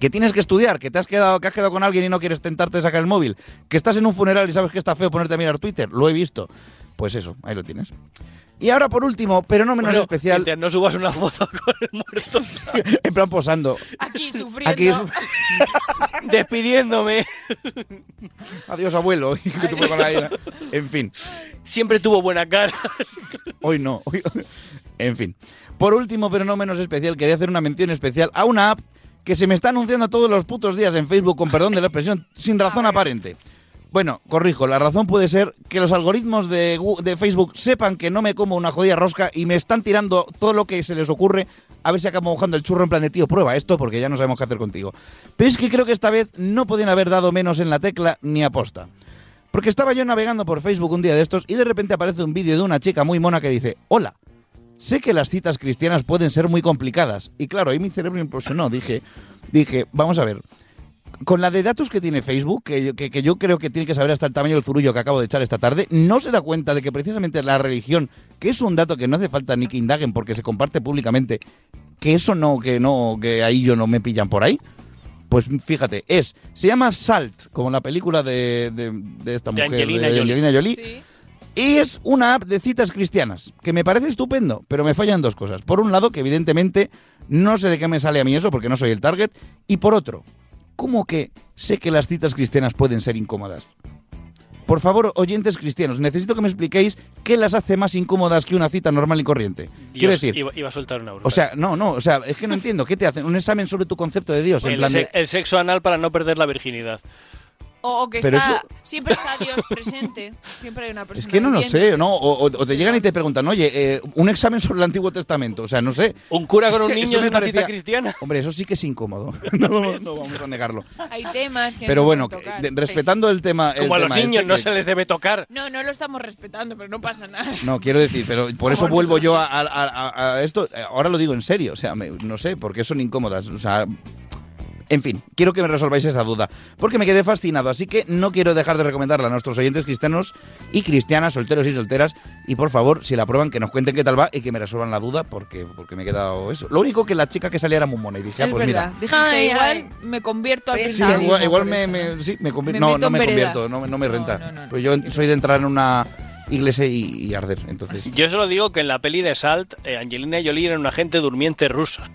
Que tienes que estudiar, que te has quedado, que has quedado con alguien y no quieres tentarte de sacar el móvil, que estás en un funeral y sabes que está feo ponerte a mirar Twitter, lo he visto. Pues eso, ahí lo tienes. Y ahora por último, pero no menos
Bueno,
especial,
mientras No subas una foto con el muerto.
en plan posando.
Aquí sufriendo.
Aquí
Despidiéndome.
Adiós, abuelo. que te fue con la vida. En fin.
Siempre tuvo buena cara.
Hoy no. hoy- En fin. Por último, pero no menos especial, quería hacer una mención especial a una app que se me está anunciando todos los putos días en Facebook, con perdón de la expresión, sin razón aparente. Bueno, corrijo, la razón puede ser que los algoritmos de, Gu- de Facebook sepan que no me como una jodida rosca y me están tirando todo lo que se les ocurre a ver si acabo mojando el churro en plan de tío, prueba esto porque ya no sabemos qué hacer contigo. Pero es que creo que esta vez no podían haber dado menos en la tecla ni aposta. Porque estaba yo navegando por Facebook un día de estos y de repente aparece un vídeo de una chica muy mona que dice, hola, sé que las citas cristianas pueden ser muy complicadas. Y claro, ahí mi cerebro impulsionó, dije, dije, vamos a ver, con la de datos que tiene Facebook, que, yo- que- que yo creo que tiene que saber hasta el tamaño del zurullo que acabo de echar esta tarde, no se da cuenta de que precisamente la religión, que es un dato que no hace falta ni que indaguen porque se comparte públicamente, que eso no, que no, que ahí yo no me pillan por ahí. Pues fíjate, es, se llama Salt, como la película de, de- de esta
De
mujer, de
Angelina Jolie.
Angelina Jolie. Y es una app de citas cristianas, que me parece estupendo, pero me fallan dos cosas. Por un lado, que evidentemente no sé de qué me sale a mí eso, porque no soy el target. Y por otro, ¿cómo que sé que las citas cristianas pueden ser incómodas? Por favor, oyentes cristianos, necesito que me expliquéis qué las hace más incómodas que una cita normal y corriente. Quiero
Dios,
decir,
Iba, iba a soltar una bruta.
o sea, no, no, o sea, es que no entiendo. ¿Qué te hacen? ¿Un examen sobre tu concepto de Dios? En
Pues el,
plan de-
se- el sexo anal para no perder la virginidad.
O, o que
Pero
está,
eso-
siempre está Dios presente. Siempre hay una persona.
Es que no lo
viviente.
sé, ¿no? O, o- o te llegan y te preguntan, oye, eh, un examen sobre el Antiguo Testamento, o sea, no sé.
Un cura con un niño
Eso
es
me
una cita
parecía-
cristiana.
Hombre, eso sí que es incómodo. No vamos, no vamos a negarlo.
Hay temas que.
Pero
no pues.
bueno,
se
que-
tocan.
de- respetando el tema. el
Como a los
tema
niños
este,
no
que-
se les debe tocar.
No, no lo estamos respetando, pero no pasa nada.
No, quiero decir, pero por eso
Somos
vuelvo yo a, a- a- a esto. eh, Ahora lo digo en serio, o sea, me- no sé, porque son incómodas. O sea, en fin, quiero que me resolváis esa duda, porque me quedé fascinado, así que no quiero dejar de recomendarla a nuestros oyentes cristianos y cristianas, solteros y solteras, y por favor, si la prueban, que nos cuenten qué tal va y que me resuelvan la duda, porque, porque me he quedado eso. Lo único que la chica que salía era muy mona y dije, ah,
es
pues
verdad.
mira.
Dijiste,
Ay,
igual
ay.
me convierto al
Sí,
cristianismo
igual, igual
por
me,
esto.
me- sí, me convier-
Me
no,
meto
no
en
me
vereda.
convierto, no, me- no me renta. Pues yo soy de entrar en una iglesia y, y arder, entonces.
Yo solo digo que en la peli de Salt, eh, Angelina Jolie era una gente durmiente rusa.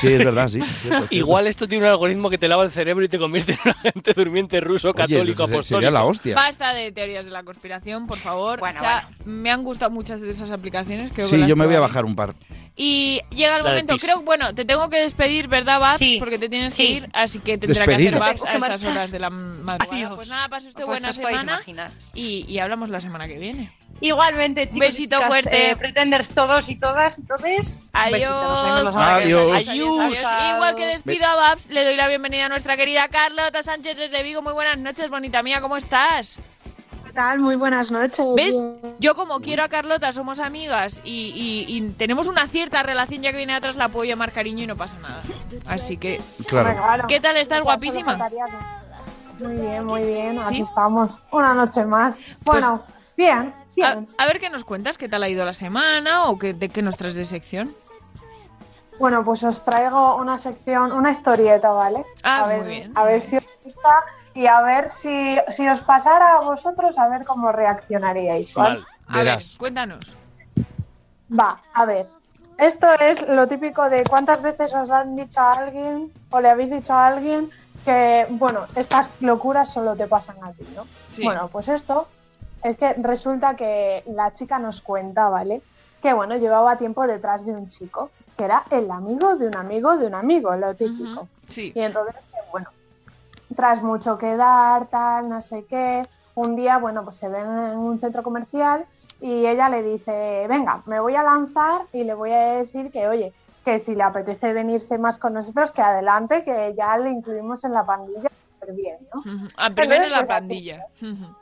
Sí, es verdad, sí. es cierto, es cierto.
Igual esto tiene un algoritmo que te lava el cerebro y te convierte en un agente durmiente ruso, católico,
pues, se-
apostólico.
sería la hostia.
Basta de teorías de la conspiración, por favor. O sea, Me han gustado muchas de esas aplicaciones. Creo que
Sí,
las
yo me voy a
probaré.
bajar un par.
Y llega el
La de
momento,
Tis.
creo, bueno, te tengo que despedir, ¿verdad, Babs? Porque te tienes que ir, así que tendrá que
Despedida.
hacer Babs
Tengo
a
que
estas
marchar.
horas de la madrugada. Pues nada, pase usted
Pues
buena
os podéis
semana
imaginar.
y, y hablamos la semana que viene.
Igualmente, chicos. y
Besito
chicas,
fuerte.
eh, pretenders todos y todas, entonces. un besito, nos vemos la semana que viene.
Adiós.
Adiós. Igual que despido a Babs, le doy la bienvenida a nuestra querida Carlota Sánchez desde Vigo. Muy buenas noches, bonita mía, ¿cómo estás?
¿Qué tal? Muy buenas noches.
¿Ves? Yo como quiero a Carlota, somos amigas y, y- y tenemos una cierta relación ya que viene atrás, la apoyo llamar cariño y no pasa nada. Así que...
Claro.
¿Qué tal estás,
Eso,
guapísima?
solo faltaría que- Muy bien, muy bien.
¿Sí? Pues,
Aquí estamos. Una noche más. Bueno, bien,
A,
bien.
a ver qué nos cuentas, qué tal ha ido la semana o qué, de qué nos traes de sección.
Bueno, pues os traigo una sección, una historieta, ¿vale?
Ah,
a ver,
muy bien.
A ver si os gusta y a ver si, si os pasara a vosotros, a ver cómo reaccionaríais. ¿vale?
A ver, cuéntanos.
Va, a ver. Esto es lo típico de cuántas veces os han dicho a alguien o le habéis dicho a alguien que, bueno, estas locuras solo te pasan a ti, ¿no?
Sí.
Bueno, pues esto es que resulta que la chica nos cuenta, ¿vale? Que, bueno, llevaba tiempo detrás de un chico, que era el amigo de un amigo de un amigo, lo típico.
Sí.
Y entonces, que, bueno, tras mucho quedar, tal, no sé qué, un día, bueno, pues se ven en un centro comercial y ella le dice, venga, me voy a lanzar y le voy a decir que, oye, que si le apetece venirse más con nosotros, que adelante, que ya le incluimos en la pandilla súper bien, ¿no?
A primero
Entonces,
la
pues, así.
pandilla. Ujú.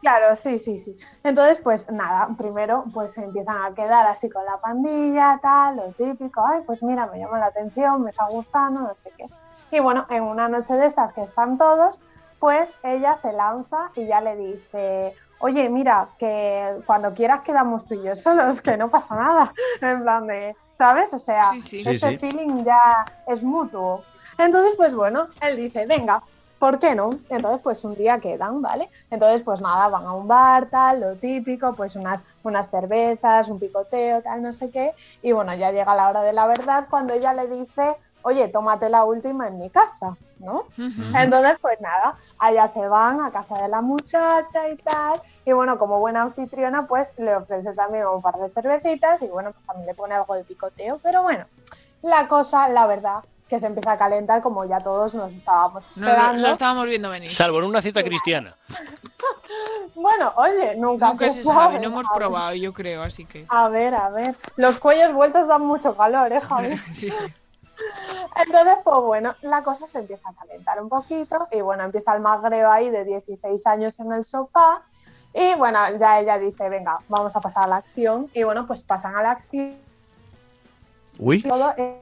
Claro, sí, sí, sí. Entonces, pues nada, primero pues empiezan a quedar así con la pandilla, tal, lo típico, ay, pues mira, me llama la atención, me está gustando, no sé qué. Y bueno, en una noche de estas que están todos, pues ella se lanza y ya le dice, oye, mira, que cuando quieras quedamos tú y yo solos, que no pasa nada, en plan de, ¿sabes? O sea,
Sí, sí. Sí,
este
sí.
feeling ya es mutuo. Entonces, pues bueno, él dice, venga, ¿por qué no? Entonces, pues un día quedan, ¿vale? Entonces, pues nada, van a un bar, tal, lo típico, pues unas, unas cervezas, un picoteo, tal, no sé qué. Y bueno, ya llega la hora de la verdad cuando ella le dice, oye, tómate la última en mi casa, ¿no? Entonces, pues nada, allá se van a casa de la muchacha y tal. Y bueno, como buena anfitriona, pues le ofrece también un par de cervecitas y bueno, pues también le pone algo de picoteo. Pero bueno, la cosa, la verdad, que se empieza a calentar como ya todos nos estábamos
No, lo,
esperando.
lo estábamos viendo venir.
Salvo en una cita cristiana.
Bueno, oye, nunca,
Nunca se sabe, no hemos
A ver,
probado,
Ah,
yo creo, así que.
A ver, a ver. Los cuellos vueltos dan mucho calor, ¿eh, Javi?
Sí, sí.
Entonces, pues bueno, la cosa se empieza a calentar un poquito y bueno, empieza el magreo ahí de 16 años en el sofá y bueno, ya ella dice, venga, vamos a pasar a la acción y bueno, pues pasan a la acción.
Uy.
Todo, eh,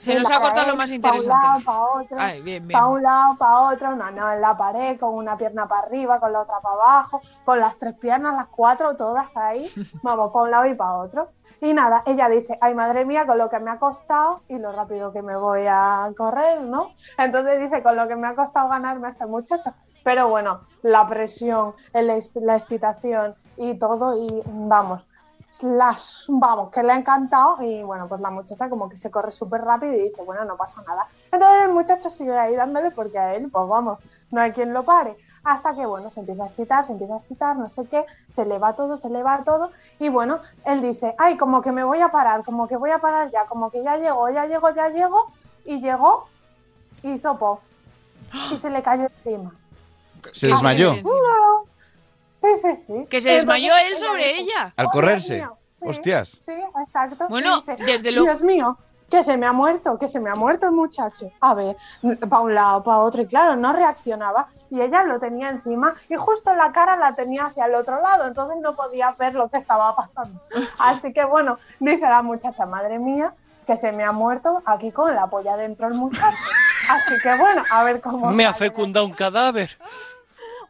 Se
en
nos
la
ha cortado
pared,
lo más
eh, Pa' un
interesante.
lado, pa' otro.
Ay, bien, bien.
Pa' un lado, pa' otro, una no en la pared, con una pierna para arriba, con la otra para abajo, con las tres piernas, las cuatro, todas ahí. Vamos, para un lado y para otro. Y nada, ella dice, ay madre mía, con lo que me ha costado y lo rápido que me voy a correr, ¿no? Entonces dice, con lo que me ha costado ganarme a este muchacho. Pero bueno, la presión, el ex- la excitación y todo, y vamos, las, vamos, que le ha encantado y bueno, pues la muchacha como que se corre súper rápido y dice, bueno, no pasa nada. Entonces el muchacho sigue ahí dándole porque a él, pues vamos, no hay quien lo pare. Hasta que, bueno, se empieza a excitar, se empieza a excitar, no sé qué, se le va todo, se le va todo. Y bueno, él dice, ay, como que me voy a parar, como que voy a parar ya, como que ya llegó, ya llegó, ya llegó. Y llegó, hizo pof. Y se le cayó encima.
Se desmayó
¡Uh! Sí, sí, sí.
Que se desmayó
Entonces,
él sobre
dijo,
ella.
al
"Oh, Dios
correrse.
mío, sí".
Hostias.
Sí, exacto.
Bueno,
Y dice,
desde lo-
Dios mío, que se me ha muerto, que se me ha muerto el muchacho. A ver, para un lado, para otro, y claro, no reaccionaba. Y ella lo tenía encima y justo la cara la tenía hacia el otro lado, entonces no podía ver lo que estaba pasando. Así que bueno, dice la muchacha, madre mía, que se me ha muerto aquí con la polla dentro el muchacho. Así que bueno, a ver cómo...
Me ha
sale.
fecundado un cadáver.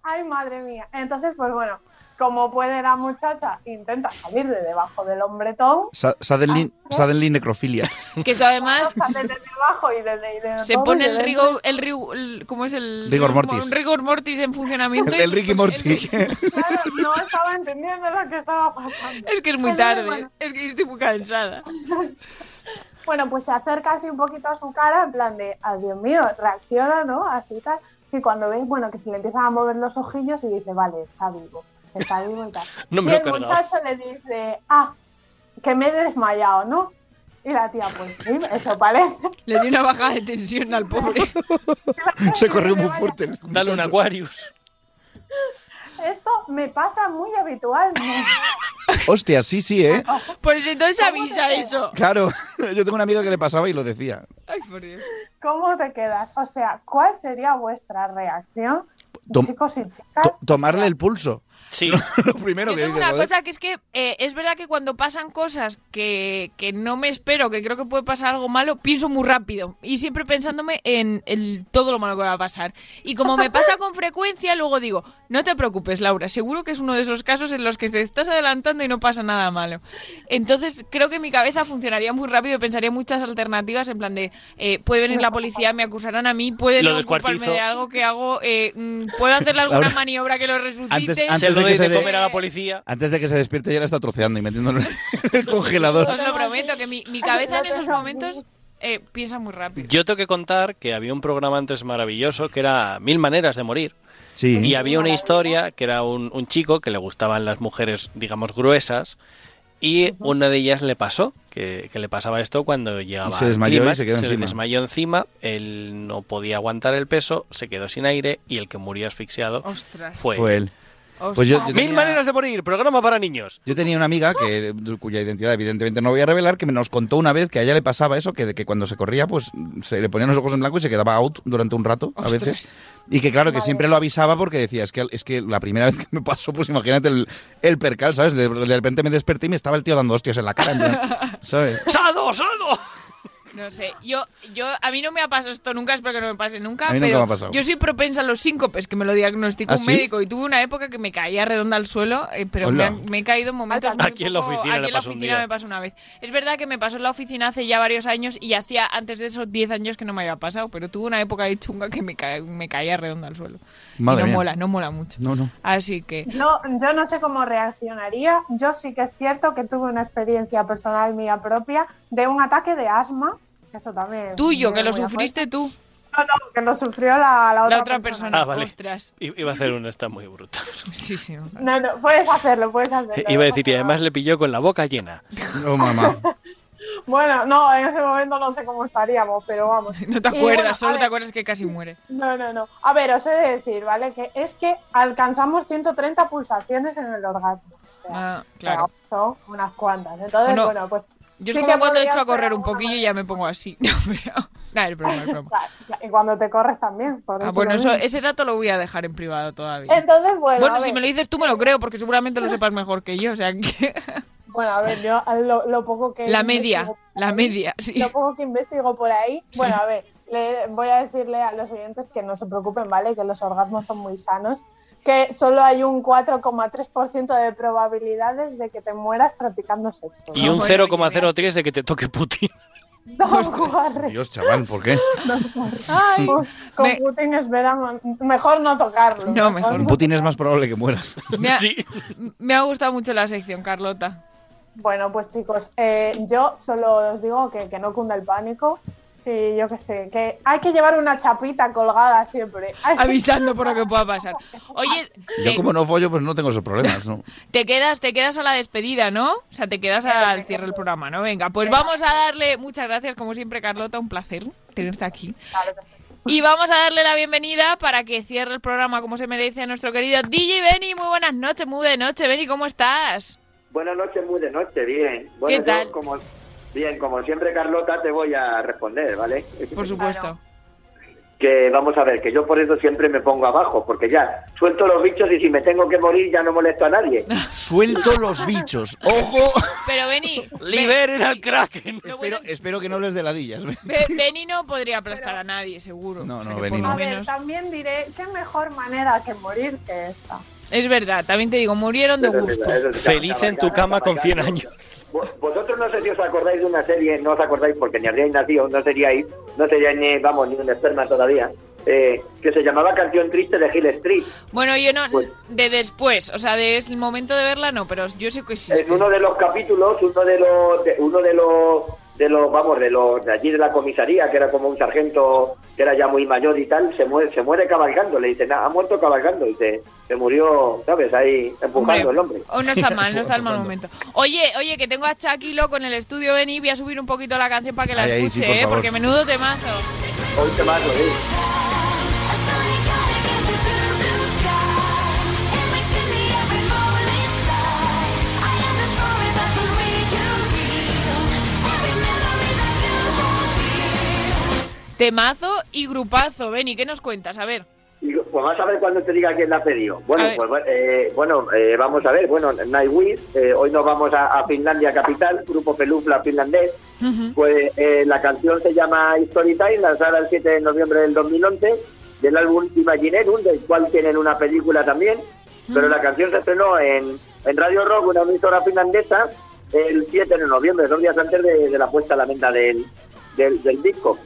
Ay, madre mía. Entonces, pues bueno, como puede la muchacha, intenta salir de debajo del hombretón.
Sa- Suddenly, suddenly necrofilia.
Que eso además
Sale de debajo y de, de- de
se
todo
pone
y
el
de
rigor, el, riu- el- ¿cómo es el
Rigor
rigor
mortis.
Un rigor mortis en funcionamiento.
El, el Ricky Morty.
dentro. Claro, no estaba entendiendo lo que estaba pasando.
Es que es muy
Entonces,
tarde.
bueno,
Es que estoy muy cansada.
Bueno, pues se acerca así un poquito a su cara, en plan de, "Ah, Dios mío, reacciona, ¿no? Así tal. Y cuando veis, bueno, que se le empiezan a mover los ojillos y dice, vale, está vivo, está vivo y tal.
No me
y
lo he
el
cargado.
muchacho le dice, ah, que me he desmayado, ¿no? Y la tía, pues sí, eso parece.
Le dio una bajada de tensión al pobre.
Se corrió muy fuerte. el
Dale un
muchacho.
Aquarius.
Esto me pasa muy habitualmente.
Hostia, sí, sí, ¿eh?
Pues entonces avisa eso.
Claro, yo tengo una amiga que le pasaba y lo decía.
Ay, por Dios.
¿Cómo te quedas? O sea, ¿cuál sería vuestra reacción,
Tom-
chicos y
To-
chicas?
tomarle el pulso.
Sí.
Lo primero
Yo
que
tengo
dice.
una
joder.
cosa que es que eh, es verdad que cuando pasan cosas que, que no me espero, que creo que puede pasar algo malo, pienso muy rápido y siempre pensándome en el, todo lo malo que va a pasar. Y como me pasa con frecuencia, luego digo, no te preocupes, Laura, seguro que es uno de esos casos en los que te estás adelantando y no pasa nada malo. Entonces creo que mi cabeza funcionaría muy rápido y pensaría muchas alternativas en plan de, eh, puede venir la policía, me acusarán a mí, puede
Lo
no ocuparme
descuartizo.
de algo que hago, eh, mm, puedo hacerle alguna
Laura,
maniobra que lo resucite.
Antes
Se lo
de que
doy
se
de
dé-
comer a la policía.
Antes de que se despierte ya la está troceando y metiéndolo en el congelador.
Os lo prometo, que mi, mi cabeza en esos momentos eh, piensa muy rápido.
Yo tengo que contar que había un programa antes maravilloso que era Mil maneras de morir. Y
Sí.
había una historia que era un, un chico que le gustaban las mujeres, digamos, gruesas. Y una de ellas le pasó, que, que le pasaba esto cuando llegaba.
Y se
al
desmayó y
clímax,
se quedó
le
encima.
desmayó encima, él no podía aguantar el peso, se quedó sin aire y el que murió asfixiado
Ostras.
fue.
Oh. Fue él. Pues yo, yo
Mil
tenía-
maneras de morir, programa para niños.
Yo tenía una amiga que, cuya identidad evidentemente no voy a revelar, que nos contó una vez que a ella le pasaba eso, que, que cuando se corría, pues se le ponían los ojos en blanco y se quedaba out durante un rato a
Ostras.
veces. Y que claro, que siempre lo avisaba porque decía, es que, es que la primera vez que me pasó, pues imagínate el, el percal, ¿sabes? De, de repente me desperté y me estaba el tío dando hostias en la cara, en plan, ¿sabes?
¡Sado, sado!
No sé, yo, yo, a mí no me ha pasado esto nunca, espero que no me pase nunca,
A mí nunca
pero
me ha pasado.
yo soy propensa a los síncopes, que me lo diagnosticó
¿Ah,
un
sí?
médico, y tuve una época que me caía redonda al suelo, eh, pero me,
Hola.
han- me he caído en momentos muy
Aquí en la
poco-
oficina
aquí
le
en la
pasó un
oficina
día.
me pasó una vez. Es verdad que me pasó en la oficina hace ya varios años, y hacía antes de esos 10 años que no me había pasado, pero tuve una época de chunga que me, ca- me caía redonda al suelo. Y
Madre
no
mía.
mola, no mola mucho.
No, no.
Así que...
No, yo no sé cómo reaccionaría. Yo sí que es cierto que tuve una experiencia personal mía propia de un ataque de asma. Eso también.
Tuyo,
viene
que lo
muy a
sufriste tú,
cuenta. No, no, que lo sufrió la, la otra,
la otra
persona.
persona.
Ah, vale.
Ostras.
I- Iba a hacer una esta muy bruta.
Sí, sí.
No, no, puedes hacerlo, puedes hacerlo.
Iba a
no
decir, y
pasa nada.
además le pilló con la boca llena.
Oh, mamá.
Bueno, no, en ese momento no sé cómo estaríamos, pero vamos.
No te
Y
acuerdas,
bueno, a
solo te
ver,
acuerdas que casi muere.
No, no, no. A ver, os he de decir, ¿vale? Que es que alcanzamos 130 pulsaciones en el orgasmo. O sea,
Ah, claro.
Son unas cuantas. Entonces,
Bueno,
bueno, pues
Yo es
Sí
como
que
cuando he
podrías,
hecho a correr
pero
un
de una
poquillo y ya me pongo así. No, pero... Nada, es broma, es broma.
Y cuando te corres también. por
Ah,
eso
bueno,
lo
eso,
digo.
ese dato lo voy a dejar en privado todavía.
Entonces, bueno,
bueno,
a
si
ver.
me lo dices tú me lo creo, porque seguramente lo sepas mejor que yo. O sea, que...
Bueno, a ver, yo lo, lo poco
Eh,
que...
la media,
investigo-
la media, sí.
Lo poco que investigo por ahí. Bueno, a ver, le, voy a decirle a los oyentes que no se preocupen, ¿vale? Que los orgasmos son muy sanos. Que solo hay un 4,3% de probabilidades de que te mueras practicando sexo.
Y un 0,03 de que te toque Putin.
Don Juan,
Dios, chaval, ¿por qué?
don Juan. Con- Con Putin es ver a- mejor no tocarlo.
No, mejor
Con Putin es más probable que mueras.
Me ha, me ha gustado mucho la sección, Carlota.
Bueno, pues chicos, eh, yo solo os digo que, que no cunda el pánico. Y yo qué sé, que hay que llevar una chapita colgada siempre. Hay que-
Avisando por lo que pueda pasar. Oye,
Yo
te,
como no follo, pues no tengo esos problemas, ¿no?
te quedas, te quedas a la despedida, ¿no? O sea, te quedas al cierre del programa, ¿no? Venga, pues vamos a darle muchas gracias, como siempre, Carlota, un placer tenerte aquí. Y vamos a darle la bienvenida para que cierre el programa como se merece a nuestro querido DJ Benny. Muy buenas noches, muy de noche, Benny, ¿cómo estás?
Buenas noches, muy de noche, bien. Bueno,
¿Qué
yo
tal?
como, bien, como siempre, Carlota, te voy a responder, ¿vale?
Por supuesto.
Que vamos a ver, que yo por eso siempre me pongo abajo, porque ya suelto los bichos y si me tengo que morir ya no molesto a nadie.
Suelto los bichos. ¡Ojo!
Pero Benny,
¡Liberen al Kraken!
Lo
Espero,
bueno
espero que no les dé ladillas.
Be- Benny no podría aplastar a nadie, seguro.
No,
O sea
no,
que
Benny no.
por lo
A ver,
menos-
también diré, qué mejor manera que morir que esta.
Es verdad, también te digo, murieron de gusto.
Feliz en tu cama con 100 años.
Vos- Vosotros no sé si os acordáis de una serie, no os acordáis porque ni habríais nacido, no seríais, no seríais ni, vamos, ni un esperma todavía, eh, que se llamaba Canción Triste de Hill Street.
Bueno, yo no,
Pues-
de después, o sea, de es el momento de verla no, pero yo sé que existe.
en uno de los capítulos, uno de los, de- uno de los, de los, vamos, de los de allí de la comisaría, que era como un sargento que era ya muy mayor y tal, se muere, se muere cabalgando, le dicen, "Ah, ha muerto cabalgando, y se, se murió, ¿sabes? Ahí empujando el hombre.
O no está mal, no está el mal momento. Oye, oye, que tengo a Chucky loco en el estudio, Benny, voy a subir un poquito la canción para que la
Ay, ay, sí,
escuche,
por
¿eh?
favor.
porque menudo temazo.
Hoy te mato, ¿eh?
Temazo y grupazo, Benny, ¿qué nos cuentas? A ver.
Y, pues vas a ver cuando te diga quién la ha pedido. Bueno,
A ver.
pues bueno, eh, bueno, eh, vamos a ver. Bueno, Nightwish, eh, hoy nos vamos a, a Finlandia capital, grupo Pelufla finlandés. Pues eh, la canción se llama Story Time, lanzada el 7 de noviembre del 2011, del álbum Imaginerum, del cual tienen una película también. Pero la canción se estrenó en, en Radio Rock, una emisora finlandesa, el 7 de noviembre, dos días antes de, de la puesta a la venta del, del, del disco.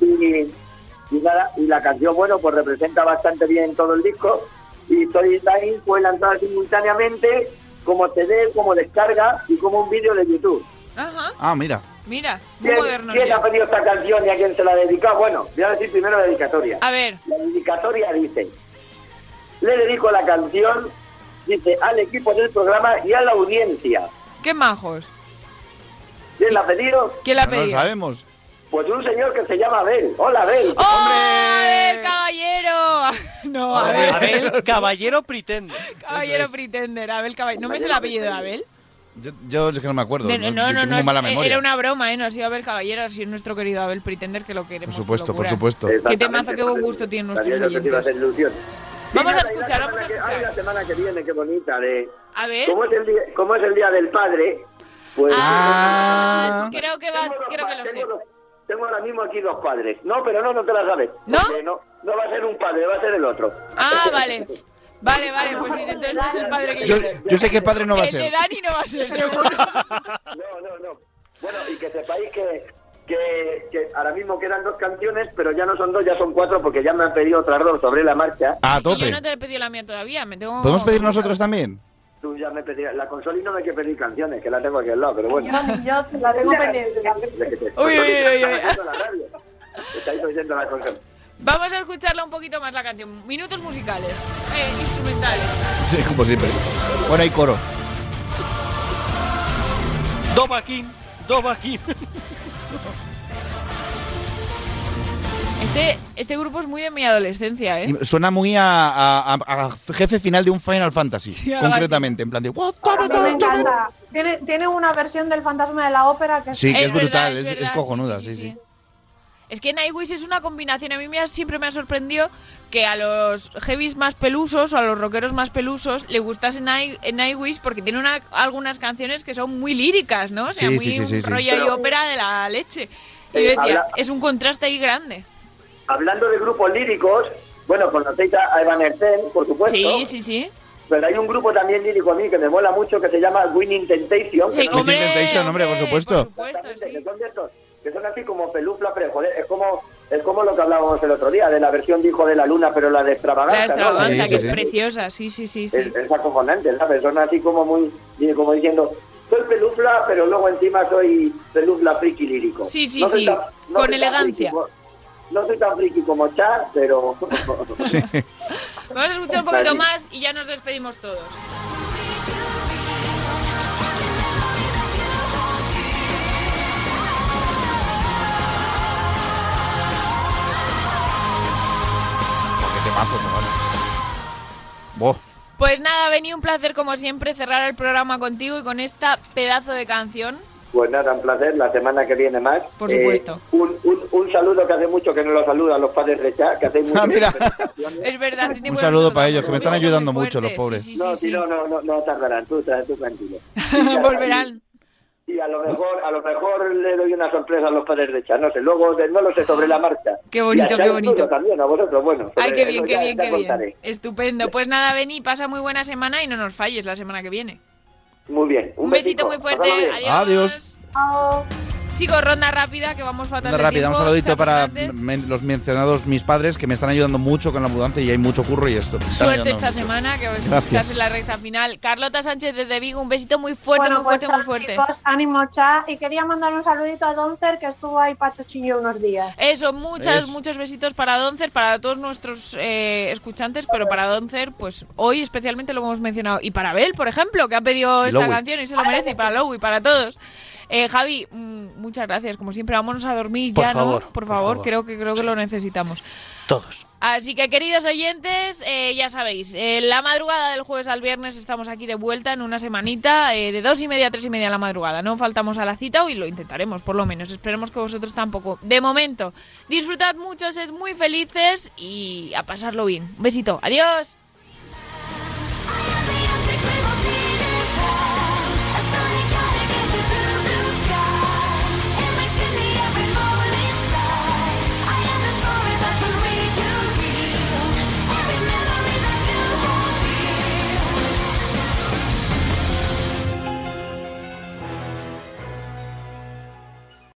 Y, y nada, y la canción, bueno, pues representa bastante bien todo el disco. Y Story Time fue lanzada simultáneamente como CD, como descarga y como un vídeo de YouTube.
Ajá,
Ah, mira.
mira, muy
¿Quién,
moderno.
quién
ya.
ha pedido esta canción y a quién se la dedica? Bueno, voy a decir primero la dedicatoria.
A ver.
La dedicatoria dice, le dedico la canción, dice, al equipo del programa y a la audiencia.
Qué majos.
¿Quién la ha pedido?
¿Quién la ha No lo pedido?
Ah, sabemos.
Pues un señor que se llama Abel. Hola, Abel.
¡Hombre! ¡Oh, caballero! No, a ver.
Abel, caballero pretende.
Caballero Pretender, Abel Caballero. No me sé el apellido de Abel.
Yo, yo es que no me acuerdo.
No, no,
yo
no,
tengo
no,
muy
es-
mala
eh,
memoria.
era una broma, ¿eh? No ha sido Abel Caballero, ha sido nuestro querido Abel Pretender que lo queremos.
Por supuesto,
con
por
locura. Eh,
supuesto.
Qué temazo, qué buen gusto tienen nuestros
Sabía yo que te iba a
oyentes.
hacer ilusión.
Vamos a
Y
escuchar,
la
vamos a
semana que-
escuchar. ¿Eh?
ay, la semana que viene, qué bonita. De,
A ver.
¿Cómo es el día, cómo es el día del padre? Pues,
Ah, creo que vas, creo que lo sé.
Tengo ahora mismo aquí dos padres. No, pero no, no te la sabes. ¿No? no, no va a ser un padre, va a ser el otro.
Ah, vale. Vale, vale, pues sí, entonces no es el padre que
Yo,
yo sé.
yo sé que padre no va a
El de
ser.
Dani no va a ser, seguro.
Bueno, y que sepáis que, que, que ahora mismo quedan dos canciones, pero ya no son dos, ya son cuatro, porque ya me han pedido otras dos sobre la marcha.
Ah, A
Y yo
tope.
no te he pedido la mía todavía, me tengo...
¿Podemos pedir nosotros también?
Tú ya me pedías la consola y no me hay que pedir canciones, que la tengo aquí al lado, pero bueno.
Yo la tengo pendiente.
Ya que te-
Uy, uy,
Estáis
uy, uy.
oyendo la radio. Estáis oyendo la consola.
Vamos a escucharla un poquito más la canción. Minutos musicales, eh, instrumentales.
Sí, como siempre. Bueno, hay coro.
Dobaquín, Dobaquín.
Este, este grupo es muy de mi adolescencia, ¿eh?
Y Suena muy a, a- a- a jefe final de un Final Fantasy,
algo así.
concretamente. En plan de, "What?".
A mí me encanta. Tiene, tiene una versión del fantasma de la ópera que
Sí, que es,
verdad,
brutal,
es
es, es
verdad,
cojonuda,
sí, sí,
sí, sí.
Es que Nightwish es una combinación. A mí me ha- siempre me ha sorprendido que a los heavies más pelusos o a los rockeros más pelusos le gustase Night- Nightwish porque tiene una- algunas canciones que son muy líricas, ¿no? O sea,
Sí,
muy
sí, sí, sí,
un
sí.
rollo y
Pero-
ópera de la leche. Y
Eh,
yo decía,
habla-
es un contraste ahí grande.
Hablando de grupos líricos, bueno, conocéis a Evanescence, por supuesto.
Sí, sí, sí.
Pero hay un grupo también lírico a mí que me mola mucho que se llama Winning Temptation. Pues que
Wicked
no-
Temptation, hombre, por supuesto.
Exactamente, que son de estos, que son así como pelufla, pero joder, es como, es como lo que hablábamos el otro día, de la versión de Hijo de la Luna, pero la de
La
extravaganza. ¿no?
extravaganza,
Sí,
que
sí,
es
sí.
preciosa. Sí, sí, sí, sí.
Es, es acojonante, ¿sabes? Son así como muy, como diciendo, soy pelufla, pero luego encima soy pelufla friki lírico.
Sí, sí,
No soy
sí,
tan- no
con
soy tan
elegancia.
friki como- no soy tan friki como Char, pero...
Vamos a escuchar un poquito
Vale.
más y ya nos despedimos todos.
Qué temazo, chaval. Buah.
Pues nada, venido un placer como siempre cerrar el programa contigo y con esta pedazo de canción.
Pues nada, un placer. La semana que viene más. Eh,
Por supuesto.
un, un- un saludo que hace mucho que no lo saludan los padres de Chá, que hacéis mucho.
Ah,
Es verdad. Titi,
Un
bueno,
saludo
nosotros
para ellos, que me
volvemos
están
muy
ayudando mucho los
fuertes,
pobres.
sí, sí,
no,
sí, sí.
no, no, no, no tardarán. Tú, tra- tú tranquilo.
Volverán.
Y a lo mejor, a lo mejor le doy una sorpresa a los padres de Chá. No sé, luego no lo sé sobre la marcha.
Qué
Y
bonito,
a Chá
qué
incluso
bonito.
También a vosotros, bueno.
Ay,
sobre
qué
eso
bien, qué
ya-
bien,
ya
qué
contaré.
bien. Estupendo. Pues nada, Beni, pasa muy buena semana y no nos falles la semana que viene.
Muy bien. Un,
Un besito
besico.
muy fuerte.
Pasadlo bien.
Adiós.
Chicos, ronda rápida, que vamos fatal.
Anda
de
rápida, un
tiempo.
saludito
Chao,
para
Fernández.
men- los mencionados mis padres que me están ayudando mucho con la mudanza y hay mucho curro y esto. me están
Suerte
ayudando
esta
mucho.
semana, que estás
Gracias.
en la recta final. Carlota Sánchez desde Vigo, un besito muy fuerte,
Bueno,
muy fuerte,
pues,
muy fuerte.
chicos, ánimo, cha. Y quería mandar un saludito a Doncer, que estuvo ahí pachochillo unos días.
Eso, muchas,
Es.
muchos besitos para Doncer, para todos nuestros eh, escuchantes, pero para Doncer, pues hoy especialmente lo hemos mencionado. Y para Bel, por ejemplo, que ha pedido
Y
esta
Lowy.
canción y se lo merece, y para Lowe y para todos. Eh, Javi, mm, muchas gracias, como siempre, vámonos a dormir
Por
ya,
favor,
¿no? Por
por
favor,
favor.
creo que creo que lo necesitamos.
Todos.
Así que, queridos oyentes, eh, ya sabéis, eh, la madrugada del jueves al viernes estamos aquí de vuelta en una semanita, eh, de dos y media a tres y media de la madrugada. No faltamos a la cita y lo intentaremos, por lo menos. Esperemos que vosotros tampoco. De momento, disfrutad mucho, sed muy felices y a pasarlo bien. Un besito, adiós.